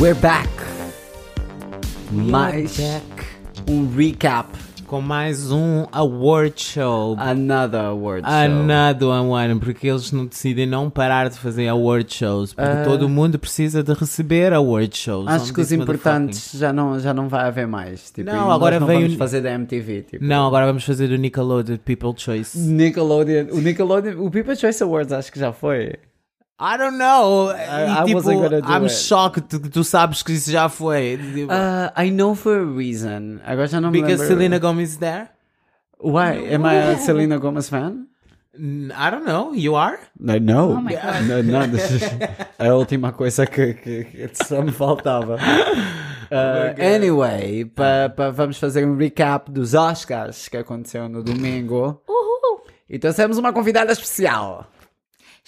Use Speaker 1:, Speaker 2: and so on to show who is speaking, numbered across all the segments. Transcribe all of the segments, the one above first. Speaker 1: We're back! Mais um recap.
Speaker 2: Com mais um award show. Ah,
Speaker 1: Another award Ah, show.
Speaker 2: Another one, porque eles não decidem não parar de fazer award shows. Porque todo mundo precisa de receber award shows.
Speaker 1: Ah. Acho
Speaker 2: On
Speaker 1: que os
Speaker 2: this
Speaker 1: importantes já não, já não vai haver mais. Tipo, e
Speaker 2: Não,
Speaker 1: nós
Speaker 2: agora
Speaker 1: não
Speaker 2: veio-
Speaker 1: vamos fazer da MTV. Tipo.
Speaker 2: motherfucking- Não, agora vamos fazer o Nickelodeon People Choice.
Speaker 1: Nickelodeon, o Nickelodeon, o People's Choice Awards acho que já foi.
Speaker 2: I don't know.
Speaker 1: I- I
Speaker 2: E, tipo,
Speaker 1: wasn't gonna do
Speaker 2: I'm
Speaker 1: it.
Speaker 2: shocked que tu sabes que isso já foi. Tipo,
Speaker 1: Uh, I know for a reason. Agora já não me
Speaker 2: because
Speaker 1: lembro.
Speaker 2: Selena Gomez is there?
Speaker 1: Why? Am I a Selena Gomez fan?
Speaker 2: N- I don't know. You are?
Speaker 1: No, no.
Speaker 3: Oh my God.
Speaker 1: no, não, this is a última coisa que, que, que só me faltava.
Speaker 2: Oh
Speaker 1: Uh, anyway, pa, pa- vamos fazer um recap dos Oscars que aconteceu no domingo.
Speaker 3: Uhul.
Speaker 1: E trouxemos uma convidada especial.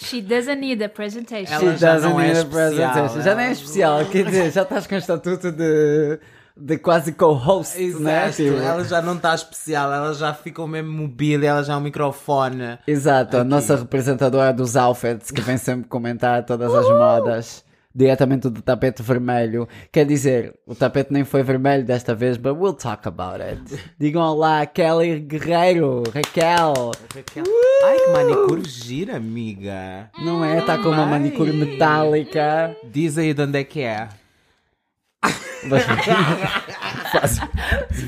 Speaker 3: She doesn't need a presentation.
Speaker 2: Ela já não é
Speaker 1: need a
Speaker 2: especial,
Speaker 1: presentation. Já não
Speaker 2: ela-
Speaker 1: é especial, quer dizer, já estás com o estatuto de, de quase co-host, né?
Speaker 2: Exato.
Speaker 1: Tipo,
Speaker 2: Ela já não está especial. Ela já fica o mesmo mobília. Ela já é um microfone.
Speaker 1: Exato, a nossa representadora dos outfits que vem sempre comentar todas as modas. Diretamente do tapete vermelho. Quer dizer, o tapete nem foi vermelho desta vez, but we'll talk about it. Digam olá, Kelly Guerreiro, Raquel.
Speaker 2: Ai, que manicure gira, amiga.
Speaker 1: Não é? Está com uma
Speaker 2: Ai.
Speaker 1: manicure metálica.
Speaker 2: Diz aí de onde é que é.
Speaker 1: Mas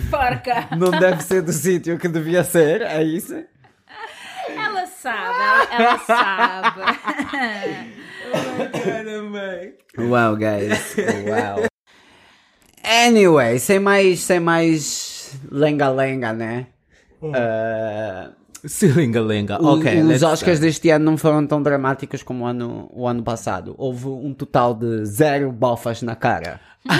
Speaker 3: Porca.
Speaker 1: não deve ser do sítio que devia ser, é isso?
Speaker 3: Ela sabe, ela, ela sabe.
Speaker 1: Wow, guys. Wow. Anyway, sem mais, sem mais lenga-lenga, né? Ah,
Speaker 2: Silinga-linga.
Speaker 1: O-
Speaker 2: Ok,
Speaker 1: os
Speaker 2: let's
Speaker 1: Oscars deste ano não foram tão dramáticos como o ano, o ano passado. Houve um total de zero bofas na cara. Ah,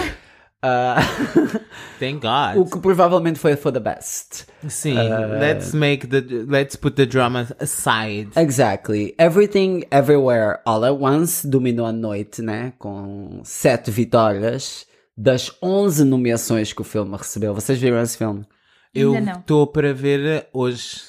Speaker 2: start. Thank God.
Speaker 1: o que provavelmente foi for the best.
Speaker 2: Sim, let's make the... Let's put the drama aside.
Speaker 1: Exactly. Everything, Everywhere, All at Once dominou a noite, né? Com sete vitórias das 11 nomeações que o filme recebeu. Vocês viram esse filme?
Speaker 2: Eu
Speaker 3: Ainda não.
Speaker 2: estou para ver hoje...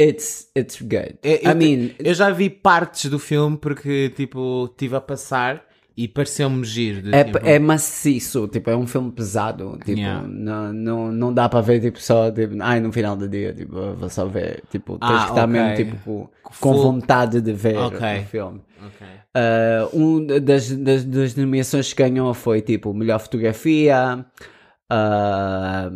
Speaker 1: It's, it's good.
Speaker 2: É, Eu,
Speaker 1: I mean,
Speaker 2: eu já vi partes do filme porque, tipo, estive a passar e pareceu-me giro. de
Speaker 1: É,
Speaker 2: tipo,
Speaker 1: é maciço, tipo, é um filme pesado, tipo,
Speaker 2: Yeah.
Speaker 1: não, não, não dá para ver, tipo, só, tipo, ai, no final do dia, tipo, eu vou só ver, tipo, tens
Speaker 2: Ah,
Speaker 1: que estar
Speaker 2: ok.
Speaker 1: mesmo, tipo, com,
Speaker 2: Full-
Speaker 1: vontade de ver
Speaker 2: Ok.
Speaker 1: o filme.
Speaker 2: Ok.
Speaker 1: Ah, um das, das, das nomeações que ganhou foi, tipo, melhor fotografia, ah,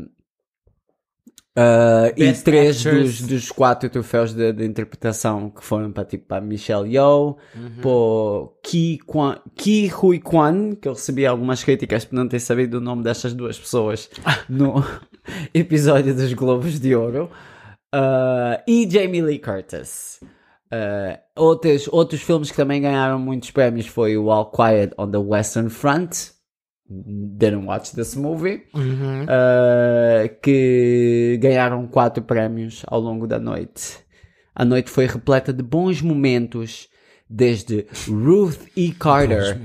Speaker 1: ah, e
Speaker 2: Best
Speaker 1: três dos,
Speaker 2: Actress.
Speaker 1: dos quatro troféus de, de interpretação que foram para, tipo, para Michelle Yeoh,
Speaker 2: Uhum.
Speaker 1: por Ki, Kwan, Ki Hui Kwan, que eu recebi algumas críticas por não ter sabido o nome destas duas pessoas no episódio dos Globos de Ouro, Ah, e Jamie Lee Curtis. Ah, outros, outros filmes que também ganharam muitos prémios foi o All Quiet on the Western Front. Didn't watch this movie. Uh, que ganharam quatro prémios ao longo da noite. A noite foi repleta de bons momentos, desde Ruth E. Carter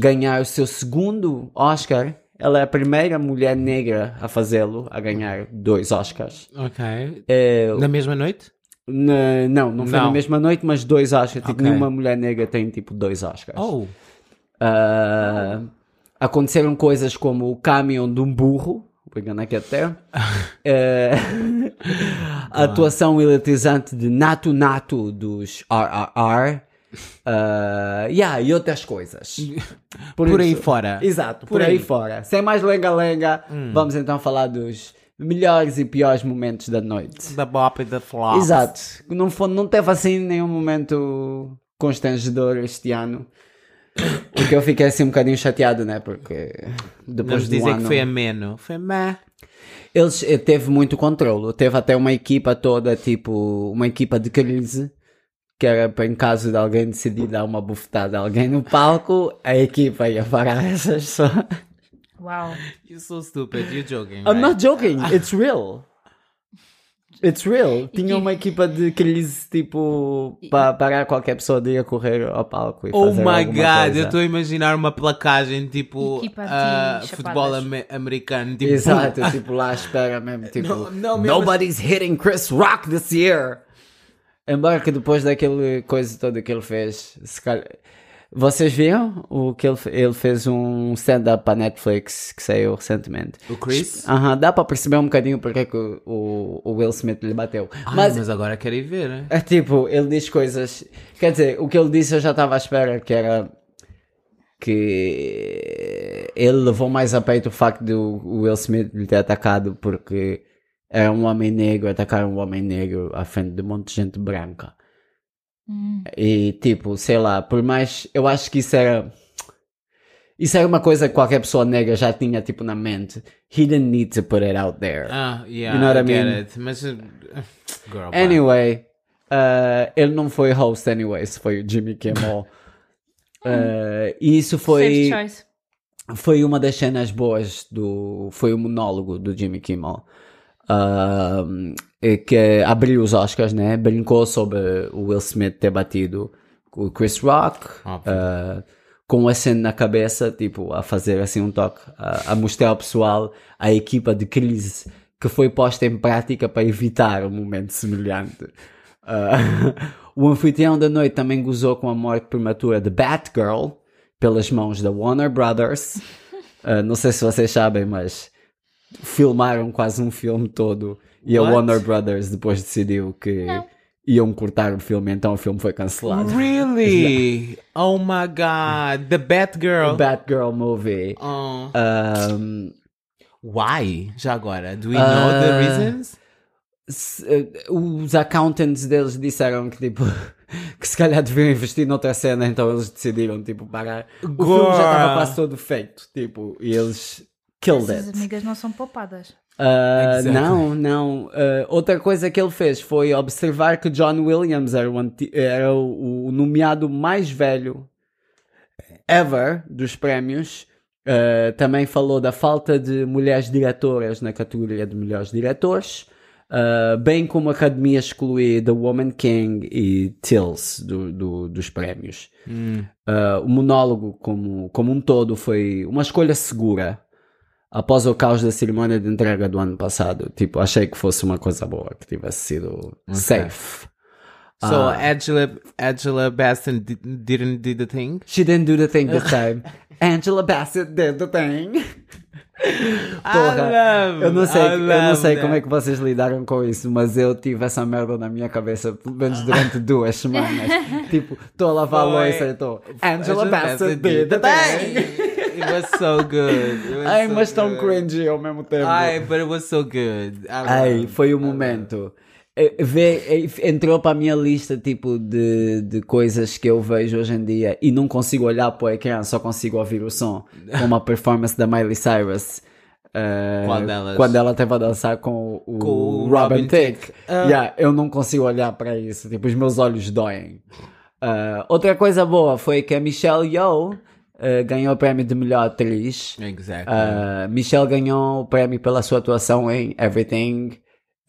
Speaker 1: ganhar o seu segundo Oscar. Ela é a primeira mulher negra a fazê-lo, a ganhar dois Oscars.
Speaker 2: Ok.
Speaker 1: É,
Speaker 2: Na mesma noite?
Speaker 1: na- não, não foi na
Speaker 2: Não.
Speaker 1: mesma noite, mas dois Oscars. Tipo,
Speaker 2: Ok.
Speaker 1: nenhuma mulher negra tem tipo dois Oscars.
Speaker 2: Oh.
Speaker 1: Uh, aconteceram coisas como o caminhão de um burro, we're gonna get there. Uh, Ah, a atuação eletrizante de Nato Nato dos RRR. Uh, yeah, e outras coisas.
Speaker 2: Por, aí
Speaker 1: isso-
Speaker 2: fora.
Speaker 1: Exato, por,
Speaker 2: Por
Speaker 1: aí.
Speaker 2: aí. Hum.
Speaker 1: fora. Sem mais lenga-lenga, vamos então falar dos melhores e piores momentos da noite.
Speaker 2: Da bop e da flop.
Speaker 1: Exato. Não, foi, não teve assim nenhum momento constrangedor este ano. O que eu fiquei assim um bocadinho chateado, né? Porque depois
Speaker 2: Vamos
Speaker 1: do
Speaker 2: dizer
Speaker 1: ano...
Speaker 2: que foi ameno. Foi meh.
Speaker 1: Eles eh, teve muito controlo. Teve até uma equipa toda, tipo, uma equipa de crise, que era para em caso de alguém decidir dar uma bufetada a alguém no palco, a equipa ia parar essas só.
Speaker 3: Uau.
Speaker 2: You're so stupid. You're joking,
Speaker 1: I'm
Speaker 2: right?
Speaker 1: not joking, it's real. It's real. Tinha
Speaker 3: que-
Speaker 1: uma equipa de crise, tipo, para parar qualquer pessoa de ir correr ao palco e
Speaker 2: Oh
Speaker 1: fazer
Speaker 2: my
Speaker 1: alguma
Speaker 2: god,
Speaker 1: coisa.
Speaker 2: eu estou a imaginar uma placagem tipo
Speaker 3: Equipa de
Speaker 2: ah,
Speaker 3: chapadas.
Speaker 2: futebol ame- americano. Tipo,
Speaker 1: Exato, tipo, lá espera mesmo, tipo,
Speaker 2: Não, não, mesmo
Speaker 1: nobody's hitting Chris Rock this year. Embora que depois daquele coisa toda que ele fez, se calhar, Vocês viram o que ele, fe- ele fez um stand-up para Netflix que saiu recentemente?
Speaker 2: O Chris?
Speaker 1: Aham, dá para perceber um bocadinho porque é que o, o- o Will Smith lhe bateu.
Speaker 2: Ai,
Speaker 1: Mas
Speaker 2: mas... agora quero ir ver. né?
Speaker 1: é tipo, ele diz coisas. Quer dizer, o que ele disse eu já estava à espera, que era que ele levou mais a peito o facto de o Will Smith lhe ter atacado porque era um homem negro, atacar um homem negro à frente de um monte de gente branca.
Speaker 3: Hum.
Speaker 1: E tipo, sei lá, por mais. Eu acho que isso era. Isso era uma coisa que qualquer pessoa negra já tinha tipo na mente. He didn't need to put it out there.
Speaker 2: Ah, yeah,
Speaker 1: You know what I
Speaker 2: get
Speaker 1: mean?
Speaker 2: it. Mas, uh, girl, bye.
Speaker 1: Anyway, uh, ele não foi host anyways, foi o Jimmy Kimmel. Uh, e isso
Speaker 3: Safe
Speaker 1: foi,
Speaker 3: choice.
Speaker 1: foi uma das cenas boas do. Foi o monólogo do Jimmy Kimmel. Um, e que abriu os Oscars, né? Brincou sobre o Will Smith ter batido o Chris Rock.
Speaker 2: Óbvio.
Speaker 1: uh, com o acento na cabeça, tipo, a fazer assim um toque, a, a mostrar ao pessoal a equipa de crise que foi posta em prática para evitar um momento semelhante. Uh, o anfitrião da noite também gozou com a morte prematura de Batgirl pelas mãos da Warner Brothers. Uh, não sei se vocês sabem, mas filmaram quase um filme todo e a
Speaker 2: What?
Speaker 1: Warner Brothers depois decidiu que iam cortar o filme, então o filme foi cancelado.
Speaker 2: Really? Oh my god, the Batgirl.
Speaker 1: Batgirl movie.
Speaker 2: Oh.
Speaker 1: Um,
Speaker 2: Why? Já agora. Do we know the
Speaker 1: Uh,
Speaker 2: reasons?
Speaker 1: se- eh, os accountants deles disseram que tipo que se calhar deviam investir noutra cena, então eles decidiram tipo parar. O filme já
Speaker 2: Gore.
Speaker 1: estava quase todo feito, tipo, e eles killed
Speaker 3: Essas
Speaker 1: it.
Speaker 3: amigas não são poupadas.
Speaker 1: Ah,
Speaker 2: Exactly.
Speaker 1: Não, não. Ah, outra coisa que ele fez foi observar que John Williams era o, anti- era o- o nomeado mais velho ever dos prémios. Ah, também falou da falta de mulheres diretoras na categoria de melhores diretores, ah, bem como a academia excluir The Woman King e Tills do- do- dos prémios.
Speaker 2: Hum.
Speaker 1: Uh, o monólogo como, como um todo foi uma escolha segura após o caos da cerimónia de entrega do ano passado. Tipo, achei que fosse uma coisa boa, que tivesse sido safe.
Speaker 2: So
Speaker 1: Ah.
Speaker 2: Angela Angela Baston di- didn't do the thing.
Speaker 1: She didn't do the thing this time. Angela Bassett did the thing. Porra,
Speaker 2: I love,
Speaker 1: Eu não sei,
Speaker 2: I
Speaker 1: eu não
Speaker 2: love
Speaker 1: sei como
Speaker 2: that.
Speaker 1: é que vocês lidaram com isso, mas eu tive essa merda na minha cabeça pelo menos durante duas semanas. tipo, estou a lavar a
Speaker 2: Foi-
Speaker 1: louça e estou. Angela Bassett did the thing. é
Speaker 2: It was so good. It was
Speaker 1: Ai,
Speaker 2: so
Speaker 1: mas tão
Speaker 2: good.
Speaker 1: cringy ao mesmo tempo.
Speaker 2: Ai, but it was so good. I
Speaker 1: Ai,
Speaker 2: love-
Speaker 1: foi o momento. Eh, vê- eh, entrou para a minha lista tipo de, de coisas que eu vejo hoje em dia e não consigo olhar para o ecrã, só consigo ouvir o som, como a performance da Miley Cyrus. eh,
Speaker 2: Qual delas?
Speaker 1: quando ela esteve a dançar com o,
Speaker 2: Com o
Speaker 1: Robin,
Speaker 2: Robin
Speaker 1: Thicke, Ah.
Speaker 2: Thicke.
Speaker 1: Yeah, eu não consigo olhar para isso, tipo, os meus olhos doem. Ah, outra coisa boa foi que a Michelle Yeoh eh, ganhou o prémio de melhor atriz.
Speaker 2: Exactly.
Speaker 1: Uh, Michelle ganhou o prémio pela sua atuação em Everything,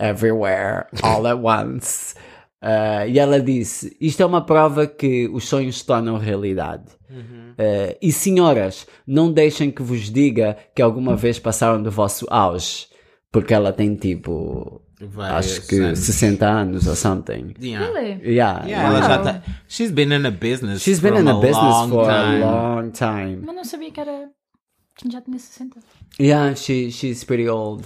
Speaker 1: Everywhere, All at Once. Uh, e ela disse: Isto é uma prova que os sonhos se tornam realidade.
Speaker 2: Uhum.
Speaker 1: Uh, e senhoras, não deixem que vos diga que alguma vez passaram do vosso auge, porque ela tem tipo,
Speaker 2: Vários
Speaker 1: acho que
Speaker 2: anos.
Speaker 1: 60 anos ou something.
Speaker 2: yeah.
Speaker 3: Really?
Speaker 1: Yeah,
Speaker 2: Yeah, ela
Speaker 3: Wow.
Speaker 2: já tá- She's been in a business.
Speaker 1: She's been
Speaker 2: from
Speaker 1: in the
Speaker 2: a
Speaker 1: business
Speaker 2: long
Speaker 1: for
Speaker 2: time.
Speaker 1: a long time.
Speaker 3: Mas não sabia que era. que Já tinha 60.
Speaker 1: Yeah, she, she's pretty old.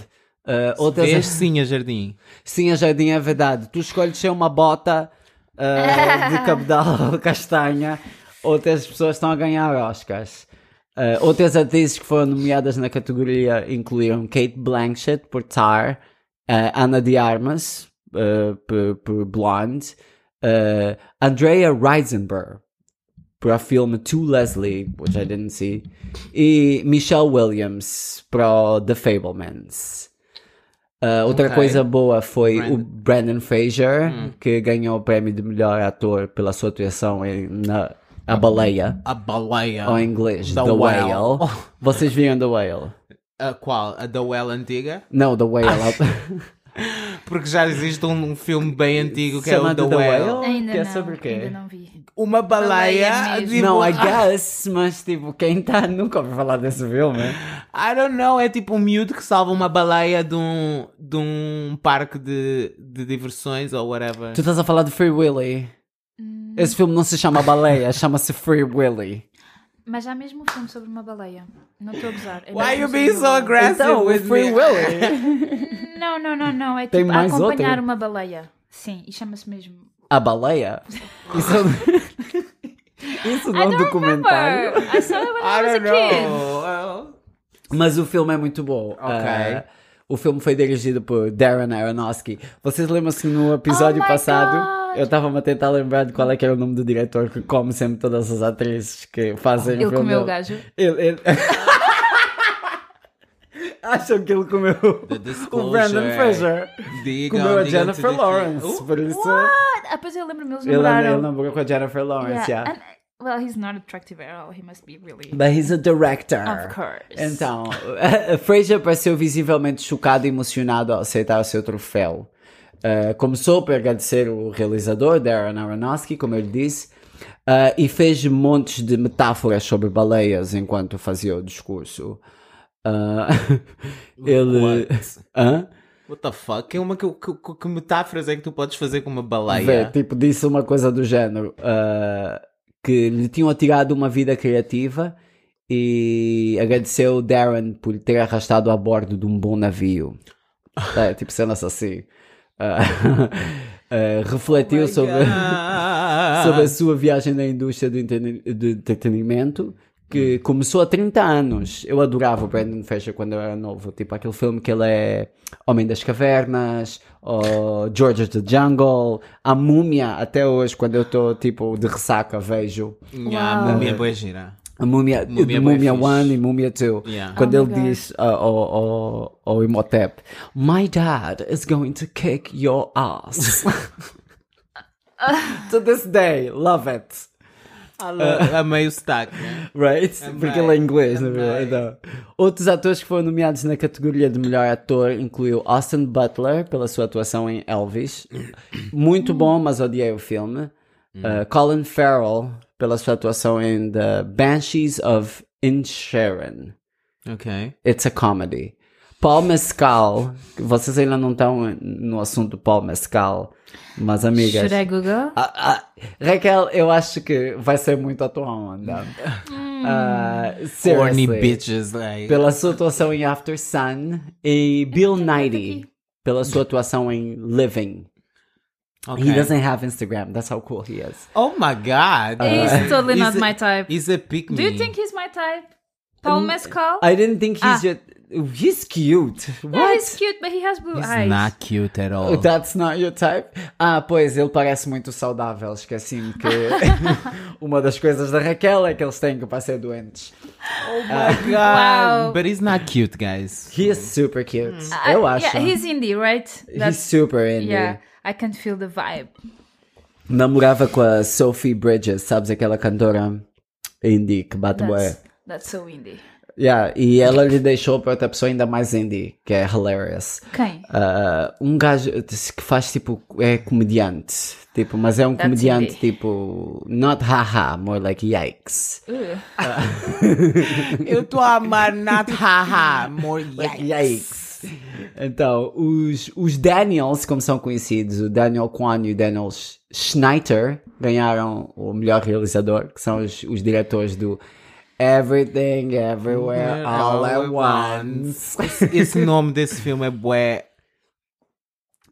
Speaker 1: Uh, outras
Speaker 2: Vês, sim, a Jardim.
Speaker 1: Sim, a Jardim é verdade. Tu escolhes ser uma bota ah, de cabedal castanha. Outras pessoas estão a ganhar Oscars. Ah, outras atrizes que foram nomeadas na categoria incluíram Kate Blanchett por Tar, ah, Ana de Armas ah, por, por Blonde, ah, Andrea Risenberg para o filme To Leslie, which I didn't see, e Michelle Williams para o The Fablemans. Uh, outra
Speaker 2: Ok.
Speaker 1: coisa boa foi o
Speaker 2: Brandon.
Speaker 1: Brandon Fraser, que ganhou o prémio de melhor ator pela sua atuação em na, A Baleia,
Speaker 2: A baleia.
Speaker 1: ou em inglês, The,
Speaker 2: The
Speaker 1: Whale.
Speaker 2: Whale.
Speaker 1: Vocês viram The Whale?
Speaker 2: A qual? A da Well Antiga?
Speaker 1: Não, The Whale. é
Speaker 2: Porque já existe um, um filme bem antigo que é o
Speaker 1: Chamado
Speaker 2: The,
Speaker 1: The
Speaker 2: Whale.
Speaker 1: Whale?
Speaker 3: Ainda
Speaker 1: que é
Speaker 3: não.
Speaker 1: sobre o quê?
Speaker 3: Ainda não vi.
Speaker 2: Uma baleia.
Speaker 3: Baleia mesmo.
Speaker 2: tipo,
Speaker 1: Não, I
Speaker 2: I,
Speaker 1: guess, mas tipo, quem tá nunca ouviu falar desse filme.
Speaker 2: don't know. É tipo um miúdo que salva uma baleia de um, de um parque de, de diversões ou whatever.
Speaker 1: Tu estás a falar de Free Willy.
Speaker 3: Não,
Speaker 1: Esse filme não se chama Baleia, chama-se Free Willy.
Speaker 3: Mas há mesmo um filme sobre uma baleia. Não estou a gozar. É
Speaker 2: Why
Speaker 3: mesmo
Speaker 2: you
Speaker 3: um
Speaker 2: being so
Speaker 3: filme
Speaker 1: Então,
Speaker 3: sobre uma
Speaker 2: aggressive with me?
Speaker 1: Willy.
Speaker 3: né? baleia. Não, não, não, não. É
Speaker 1: Tem
Speaker 3: tipo
Speaker 1: mais outro?
Speaker 3: acompanhar uma baleia. Sim, e chama-se mesmo.
Speaker 1: A baleia? Isso, isso não é um documentário.
Speaker 3: I saw it when I
Speaker 2: I
Speaker 3: was a
Speaker 2: don't
Speaker 3: kid.
Speaker 2: know.
Speaker 1: Mas o filme é muito bom. Ah, o filme foi dirigido por Darren Aronofsky. Vocês lembram-se que no episódio
Speaker 3: Oh my
Speaker 1: passado
Speaker 3: God!
Speaker 1: eu estava-me a tentar lembrar de qual é que era o nome do diretor que come sempre todas as atrizes que fazem o
Speaker 3: Ele
Speaker 1: filme.
Speaker 3: comeu o
Speaker 1: dele.
Speaker 3: gajo.
Speaker 1: Ele, ele... Acham que ele comeu o Brandon
Speaker 2: Disclosure.
Speaker 1: Fraser.
Speaker 2: Digam,
Speaker 1: Comeu a
Speaker 2: digam
Speaker 1: Jennifer
Speaker 2: tudo que-
Speaker 1: Lawrence.
Speaker 2: Oh,
Speaker 1: Por isso, é
Speaker 3: Ah, depois eu lembro-me, eles
Speaker 1: ele, ele
Speaker 3: namoraram.
Speaker 1: namorou com a Jennifer Lawrence. yeah.
Speaker 3: and- well, he's not attractive at all. He must be really.
Speaker 1: But he's a director.
Speaker 3: Of course.
Speaker 1: Então, Fraser pareceu visivelmente chocado e emocionado ao aceitar o seu troféu. Uh, começou por agradecer o realizador, Darren Aronofsky, como eu lhe disse, uh, e fez montes de metáforas sobre baleias enquanto fazia o discurso. Uh, ele.
Speaker 2: What?
Speaker 1: Hã?
Speaker 2: What the fuck? Que, uma, que, que, que metáforas é que tu podes fazer com uma baleia?
Speaker 1: Vê, tipo, disse uma coisa do género: ah, que lhe tinham tirado uma vida criativa e agradeceu o Darren por lhe ter arrastado a bordo de um bom navio. É, tipo, cenas assim. Ah, ah, refletiu
Speaker 2: Oh
Speaker 1: sobre, sobre
Speaker 2: Ah.
Speaker 1: a sua viagem na indústria do, entene- do entretenimento. Que começou há 30 anos. Eu adorava o Brandon Fraser quando eu era novo. Tipo aquele filme que ele é Homem das Cavernas, ou George of the Jungle, a Múmia, até hoje, quando eu estou tipo de ressaca, vejo.
Speaker 2: Yeah,
Speaker 3: Uau.
Speaker 2: Múmia é boa gira.
Speaker 1: A Múmia,
Speaker 2: Múmia
Speaker 1: de
Speaker 2: é bué
Speaker 1: Múmia
Speaker 2: fixe.
Speaker 1: 1 e Múmia 2.
Speaker 2: Yeah.
Speaker 1: Quando
Speaker 3: Oh my
Speaker 1: ele
Speaker 3: God.
Speaker 1: diz ah, ao, ao, ao Imhotep, My dad is going to kick your ass. to this day, love it.
Speaker 2: A meio Uh, sotaque, né?
Speaker 1: Right? Porque ele é inglês, na verdade.
Speaker 2: Amei.
Speaker 1: Então, outros atores que foram nomeados na categoria de melhor ator incluiu Austin Butler, pela sua atuação em Elvis. Muito bom, mas odiei o filme. Uh, Colin Farrell, pela sua atuação em The Banshees of Inisherin.
Speaker 2: Ok.
Speaker 1: It's a comedy. Paul Mescal, que vocês ainda não estão no assunto do Paul Mescal, mas amigas.
Speaker 3: Should I Google?
Speaker 1: Ah, ah, Raquel, eu acho que vai ser muito a tua onda. Ah,
Speaker 2: Hum. Horny
Speaker 1: seriously.
Speaker 2: bitches, like.
Speaker 1: Pela sua atuação em After Sun e Bill Nighy pela sua atuação em Living.
Speaker 2: Ok.
Speaker 1: He doesn't have Instagram. That's how cool he is.
Speaker 2: Oh my god.
Speaker 3: He's totally
Speaker 2: He's
Speaker 3: not
Speaker 2: a-
Speaker 3: my type.
Speaker 2: He's a pick
Speaker 3: Do you think he's my type? Paul Mescal?
Speaker 1: Mm, I didn't think he's
Speaker 3: Ah.
Speaker 1: just. He's cute.
Speaker 3: Yeah,
Speaker 1: What?
Speaker 3: he's cute, but he has blue
Speaker 2: He's
Speaker 3: eyes.
Speaker 2: not cute at all.
Speaker 1: That's not your type? Ah, pois, ele parece muito saudável. Esqueci-me que uma das coisas da Raquel é que eles têm que para ser doentes.
Speaker 2: Oh my god.
Speaker 3: Wow.
Speaker 2: But he's not cute, guys.
Speaker 1: He is super cute.
Speaker 3: I-
Speaker 1: Eu acho.
Speaker 3: Ah, Yeah, he's indie, right?
Speaker 1: He's super indie.
Speaker 3: yeah. I can feel the vibe.
Speaker 1: Namorava com a Sophie Bridges, sabes aquela cantora indie que bate bué.
Speaker 3: That's, that's so indie.
Speaker 1: Yeah, e ela lhe deixou para outra pessoa ainda mais indie, que é hilarious.
Speaker 3: Quem?
Speaker 1: Ah, um gajo que faz tipo, é comediante, tipo, mas é um comediante
Speaker 3: indie.
Speaker 1: tipo, not haha, more like yikes.
Speaker 3: Ugh.
Speaker 2: Eu tô a amar not haha, more
Speaker 1: Like, Yikes. Então, os, os Daniels, como são conhecidos, o Daniel Kwan e o Daniel Sch- Schneider, ganharam o melhor realizador, que são os, os diretores do Everything, Everywhere, All at Once.
Speaker 2: Esse nome desse filme é bué.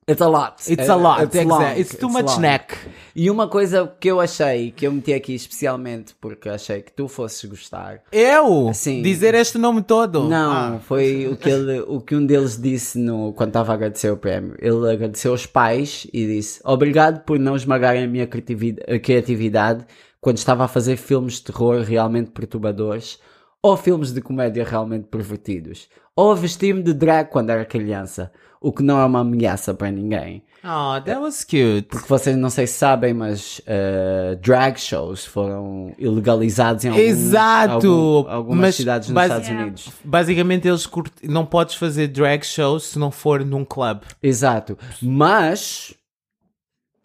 Speaker 1: It's a lot.
Speaker 2: It's a lot.
Speaker 1: It's, É, long.
Speaker 2: It's too much
Speaker 1: long.
Speaker 2: neck.
Speaker 1: E uma coisa que eu achei, que eu meti aqui especialmente porque achei que tu fosses gostar,
Speaker 2: Eu?
Speaker 1: Sim.
Speaker 2: Dizer este nome todo? Ah.
Speaker 1: Não,
Speaker 2: é.
Speaker 1: foi o que, ele, o que um deles disse no, quando estava a agradecer o prémio. Ele agradeceu aos pais e disse: Obrigado por não esmagarem a minha criativi- a criatividade quando estava a fazer filmes de terror realmente perturbadores ou filmes de comédia realmente pervertidos. Ou a vestir-me de drag quando era criança, o que não é uma ameaça para ninguém.
Speaker 2: Oh, that was cute.
Speaker 1: Porque vocês não sei se sabem, mas eh, drag shows foram ilegalizados em alguns,
Speaker 2: Exato!
Speaker 1: algum- algumas
Speaker 2: Mas
Speaker 1: cidades nos
Speaker 2: basi-
Speaker 1: Estados
Speaker 3: Yeah.
Speaker 1: Unidos.
Speaker 2: Basicamente, eles curt... não podes fazer drag shows se não for num club.
Speaker 1: Exato. Mas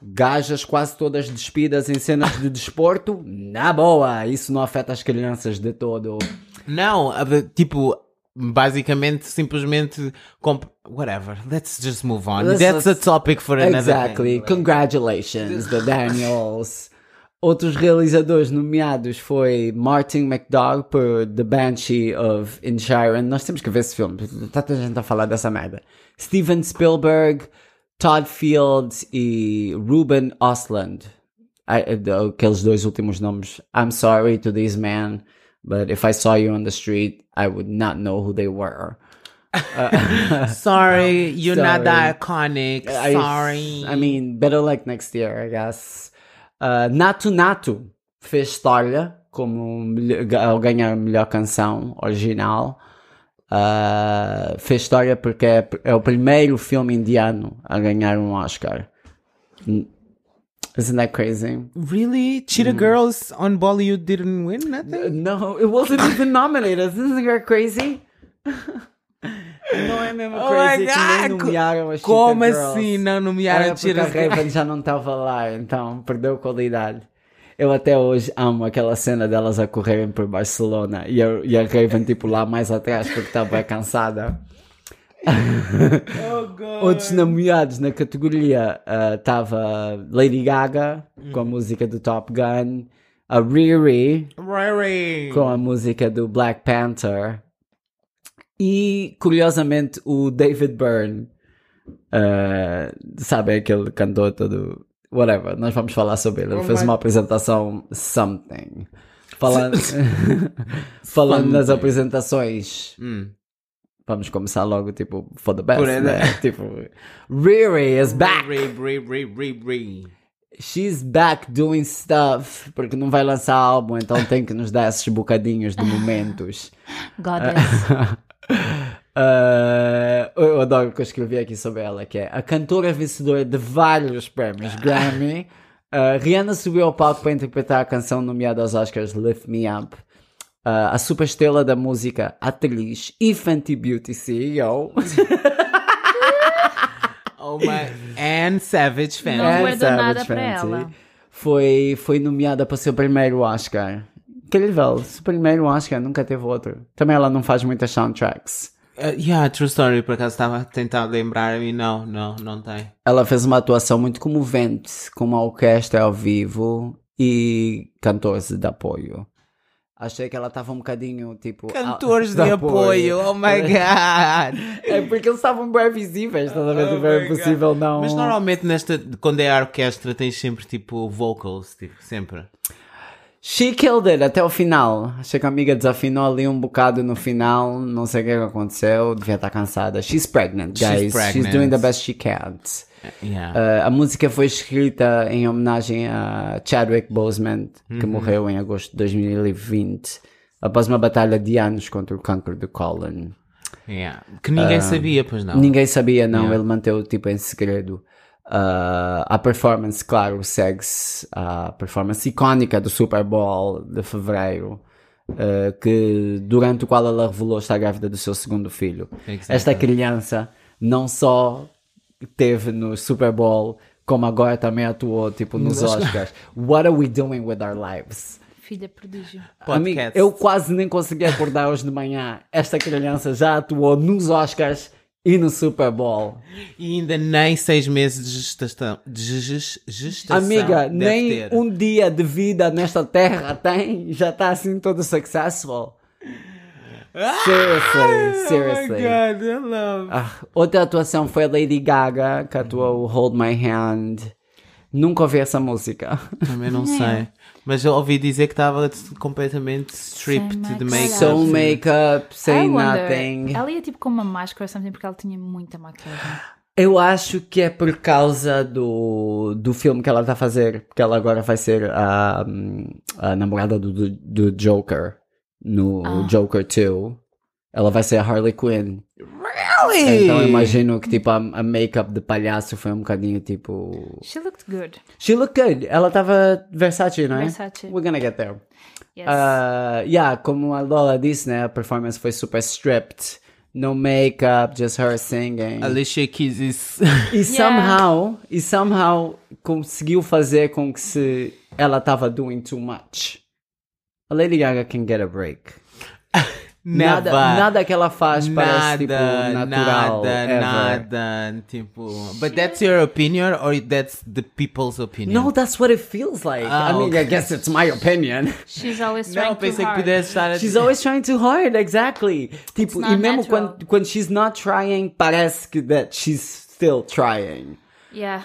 Speaker 1: gajas quase todas despidas em cenas de desporto, na boa, isso não afeta as crianças de todo.
Speaker 2: Não, a ver, tipo, basicamente, simplesmente. comp- Whatever, let's just move on.
Speaker 1: Let's-
Speaker 2: That's a topic for another
Speaker 1: exactly.
Speaker 2: day.
Speaker 1: Congratulations, the Daniels. Outros realizadores nomeados foi Martin McDowell por The Banshee of Inisherin. Nós temos que ver esse filme, tá tanta gente a falar dessa merda. Steven Spielberg, Todd Fields e Ruben Ostlund. I- eh, Aqueles dois últimos nomes. I'm sorry to these men, but if I saw you on the street, I would not know who they were.
Speaker 2: Sorry, you're
Speaker 1: not
Speaker 2: not
Speaker 1: that
Speaker 2: that iconic.
Speaker 1: I-
Speaker 2: Sorry.
Speaker 1: I mean, better luck next year, I guess. Uh, Natu Natu fez história como melho- ga- ao ganhar a melhor canção original. Uh, fez história porque é, é o primeiro filme indiano a ganhar um Oscar. N- Isn't that crazy?
Speaker 2: really? Cheetah Girls on Bollywood didn't win nothing?
Speaker 1: No, it wasn't even nominated. Isn't that crazy? Não é mesmo crazy que nem nomearam as
Speaker 2: Como
Speaker 1: Cheetah
Speaker 2: assim
Speaker 1: Girls.
Speaker 2: não nomearam
Speaker 1: Olha, porque a
Speaker 2: Cheetah Girls?
Speaker 1: Raven já não estava lá, então perdeu qualidade. Eu até hoje amo aquela cena delas a correrem por Barcelona e a, e a Raven tipo lá mais atrás porque estava cansada.
Speaker 2: Oh, God.
Speaker 1: Outros nomeados na categoria estava Lady Gaga com a música do Top Gun, a Riri
Speaker 2: Rory.
Speaker 1: com a música do Black Panther e curiosamente o David Byrne eh, sabe aquele cantor todo whatever nós vamos falar sobre ele ele fez uma apresentação something falando falando nas apresentações
Speaker 2: Hum.
Speaker 1: vamos começar logo tipo for the best
Speaker 2: Por aí, né?
Speaker 1: né? tipo Riri is back
Speaker 2: Re, re, re, re, re.
Speaker 1: She's back doing stuff, porque não vai lançar álbum, então tem que nos dar esses bocadinhos de momentos. uh,
Speaker 3: Goddess.
Speaker 1: Ah, eu eu adoro o que eu escrevi aqui sobre ela, que é a cantora vencedora de vários prémios Grammy. Ah, Rihanna subiu ao palco para interpretar a canção nomeada aos Oscars Lift Me Up. Ah, a superestrela da música, atriz e Fenty Beauty CEO.
Speaker 2: Oh my. And Savage Fan.
Speaker 3: Não
Speaker 1: And
Speaker 3: foi do
Speaker 1: Savage
Speaker 3: nada pra
Speaker 1: Fenty
Speaker 3: ela.
Speaker 1: Foi, foi nomeada para o seu primeiro Oscar. Incrível, seu primeiro Oscar, nunca teve outro. Também ela não faz muitas soundtracks.
Speaker 2: Uh, yeah, true story. Por acaso estava a tentar lembrar e não, não, não tem.
Speaker 1: Ela fez uma atuação muito comovente com uma orquestra ao vivo e cantores de apoio. Achei que ela estava um bocadinho tipo. a-
Speaker 2: Cantores de apoio. Oh my God.
Speaker 1: É porque eles estavam bem visíveis, estás a ver?
Speaker 2: Oh
Speaker 1: Tipo, é
Speaker 2: my
Speaker 1: impossível não.
Speaker 2: Mas normalmente nesta, quando é a orquestra, tens sempre tipo vocals, tipo, sempre.
Speaker 1: She killed it até o final. Achei que a amiga desafinou ali um bocado no final. Não sei o que é que aconteceu. Devia estar cansada. She's pregnant,
Speaker 2: She's
Speaker 1: guys. She's,
Speaker 2: pregnant.
Speaker 1: doing the best she can.
Speaker 2: Yeah.
Speaker 1: Uh, a música foi escrita em homenagem a Chadwick Boseman, que morreu em agosto de 2020, após uma batalha de anos contra o câncer de cólon.
Speaker 2: yeah. Que Ah. ninguém sabia, pois não.
Speaker 1: Ninguém sabia, não. Ele manteve tipo em segredo. Ah, a performance, claro, segue-se à performance icónica do Super Bowl de fevereiro, ah, que, durante o qual ela revelou estar grávida do seu segundo filho.
Speaker 2: Exactly.
Speaker 1: Esta criança não só teve no Super Bowl, como agora também atuou tipo, nos Oscars. What are we doing with our lives?
Speaker 3: Filha prodígio.
Speaker 1: Amigo,
Speaker 2: Podcast.
Speaker 1: eu quase nem consegui acordar hoje de manhã. Esta criança já atuou nos Oscars e no Super Bowl.
Speaker 2: E ainda nem seis meses de gestação. De ges- gestação
Speaker 1: Amiga,
Speaker 2: deve
Speaker 1: nem
Speaker 2: ter.
Speaker 1: um dia de vida nesta terra tem e já está assim todo successful. Seriously,
Speaker 2: Ah! Oh my
Speaker 1: seriously.
Speaker 2: God, I love.
Speaker 1: Ah, outra atuação foi a Lady Gaga, que atuou o Hold My Hand. Nunca ouvi essa música.
Speaker 2: Também não sei. Mas eu ouvi dizer que estava completamente stripped
Speaker 3: Sem
Speaker 2: de
Speaker 3: make-
Speaker 2: make-up.
Speaker 1: Sem makeup,
Speaker 3: I
Speaker 1: sem
Speaker 3: wonder,
Speaker 1: nothing.
Speaker 3: Ela ia tipo com uma máscara, something, porque ela tinha muita maquiagem.
Speaker 1: Eu acho que é por causa do, do filme que ela está a fazer, porque ela agora vai ser a, hum, a namorada do, do, do Joker no
Speaker 3: Ah.
Speaker 1: Joker 2. Ela vai ser a Harley Quinn.
Speaker 2: Really?
Speaker 1: Então eu imagino que tipo a, a make-up de palhaço foi um bocadinho tipo.
Speaker 3: She looked good.
Speaker 1: She looked good. Ela estava Versace, não é?
Speaker 3: Versace.
Speaker 1: We're gonna get there.
Speaker 3: Yes.
Speaker 1: Uh, yeah, como a Lola disse, né? A performance foi super stripped. No make-up, just her singing.
Speaker 2: Alicia Keys is...
Speaker 1: E somehow, e somehow conseguiu fazer com que se ela estava doing too much. A Lady Gaga can get a break. Nada,
Speaker 2: Never.
Speaker 1: nada que ela faz parece tipo
Speaker 2: nada,
Speaker 1: natural.
Speaker 2: nada,
Speaker 1: ever.
Speaker 2: nada, tipo. But that's your opinion or that's the people's opinion?
Speaker 1: No, that's what it feels like.
Speaker 2: Ah,
Speaker 1: I mean,
Speaker 2: ok.
Speaker 1: I guess it's my opinion.
Speaker 3: She's always trying
Speaker 2: não,
Speaker 3: too
Speaker 2: pensei que
Speaker 3: hard.
Speaker 2: pudesse estar a
Speaker 1: She's always trying too hard, exactly. Tipo,
Speaker 3: not
Speaker 1: e mesmo
Speaker 3: natural.
Speaker 1: quando, quando she's not trying, parece que that she's still trying.
Speaker 3: Yeah,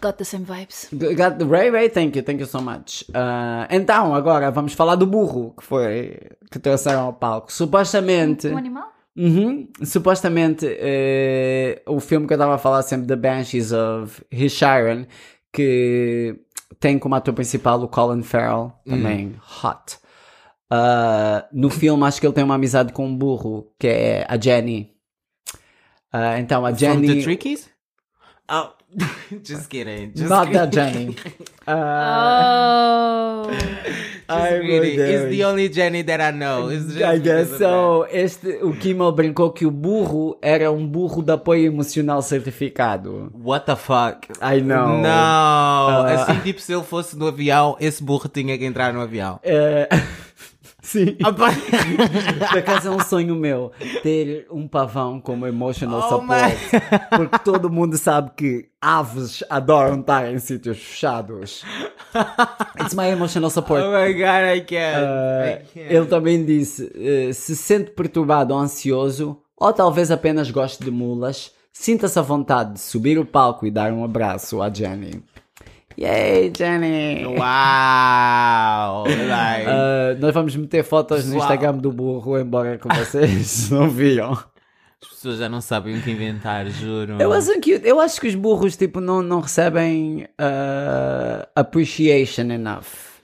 Speaker 3: got the same vibes.
Speaker 1: Got the Ray Ray, thank you, thank you so much. Ah, então, agora vamos falar do burro que foi que trouxeram ao palco. Supostamente,
Speaker 3: Um animal?
Speaker 1: Uhum, supostamente eh, o filme que eu estava a falar sempre, The Banshees of Hishiren, que tem como ator principal o Colin Farrell, também
Speaker 2: Uhum.
Speaker 1: hot. Ah, no filme acho que ele tem uma amizade com um burro, que é a Jenny. Ah, então a
Speaker 2: From
Speaker 1: Jenny.
Speaker 2: the trickies? Oh, just kidding. Just
Speaker 1: Not
Speaker 2: kidding.
Speaker 1: that Jenny. Ah, Uh,
Speaker 3: Oh!
Speaker 2: Just
Speaker 1: Ai, meu
Speaker 2: kidding. It's the
Speaker 1: Deus.
Speaker 2: only Jenny that I know. It's just
Speaker 1: I guess
Speaker 2: because of
Speaker 1: so. Este, o Kimmel brincou que o burro era um burro de apoio emocional certificado.
Speaker 2: that. What the fuck?
Speaker 1: I know.
Speaker 2: Não,
Speaker 1: Ah.
Speaker 2: assim, tipo, se ele fosse no avião, esse burro tinha que entrar no avião.
Speaker 1: É, Sim.
Speaker 2: Opa.
Speaker 1: Por acaso é um sonho meu ter um pavão como emotional
Speaker 2: Oh,
Speaker 1: support. Porque todo mundo sabe que aves adoram estar em sítios fechados. It's my emotional support.
Speaker 2: Oh my god, I can't.
Speaker 1: Uh,
Speaker 2: I can't.
Speaker 1: ele também disse: eh, se sente perturbado ou ansioso, ou talvez apenas goste de mulas, sinta-se à vontade de subir o palco e dar um abraço à Jenny. Yay, Jenny!
Speaker 2: Uau! Like,
Speaker 1: Uh, nós vamos meter fotos no
Speaker 2: Pessoal.
Speaker 1: Instagram do burro, embora que vocês não viam.
Speaker 2: as pessoas já não sabem o que inventar, juro.
Speaker 1: Eu acho que, eu acho que os burros tipo, não, não recebem uh, appreciation enough.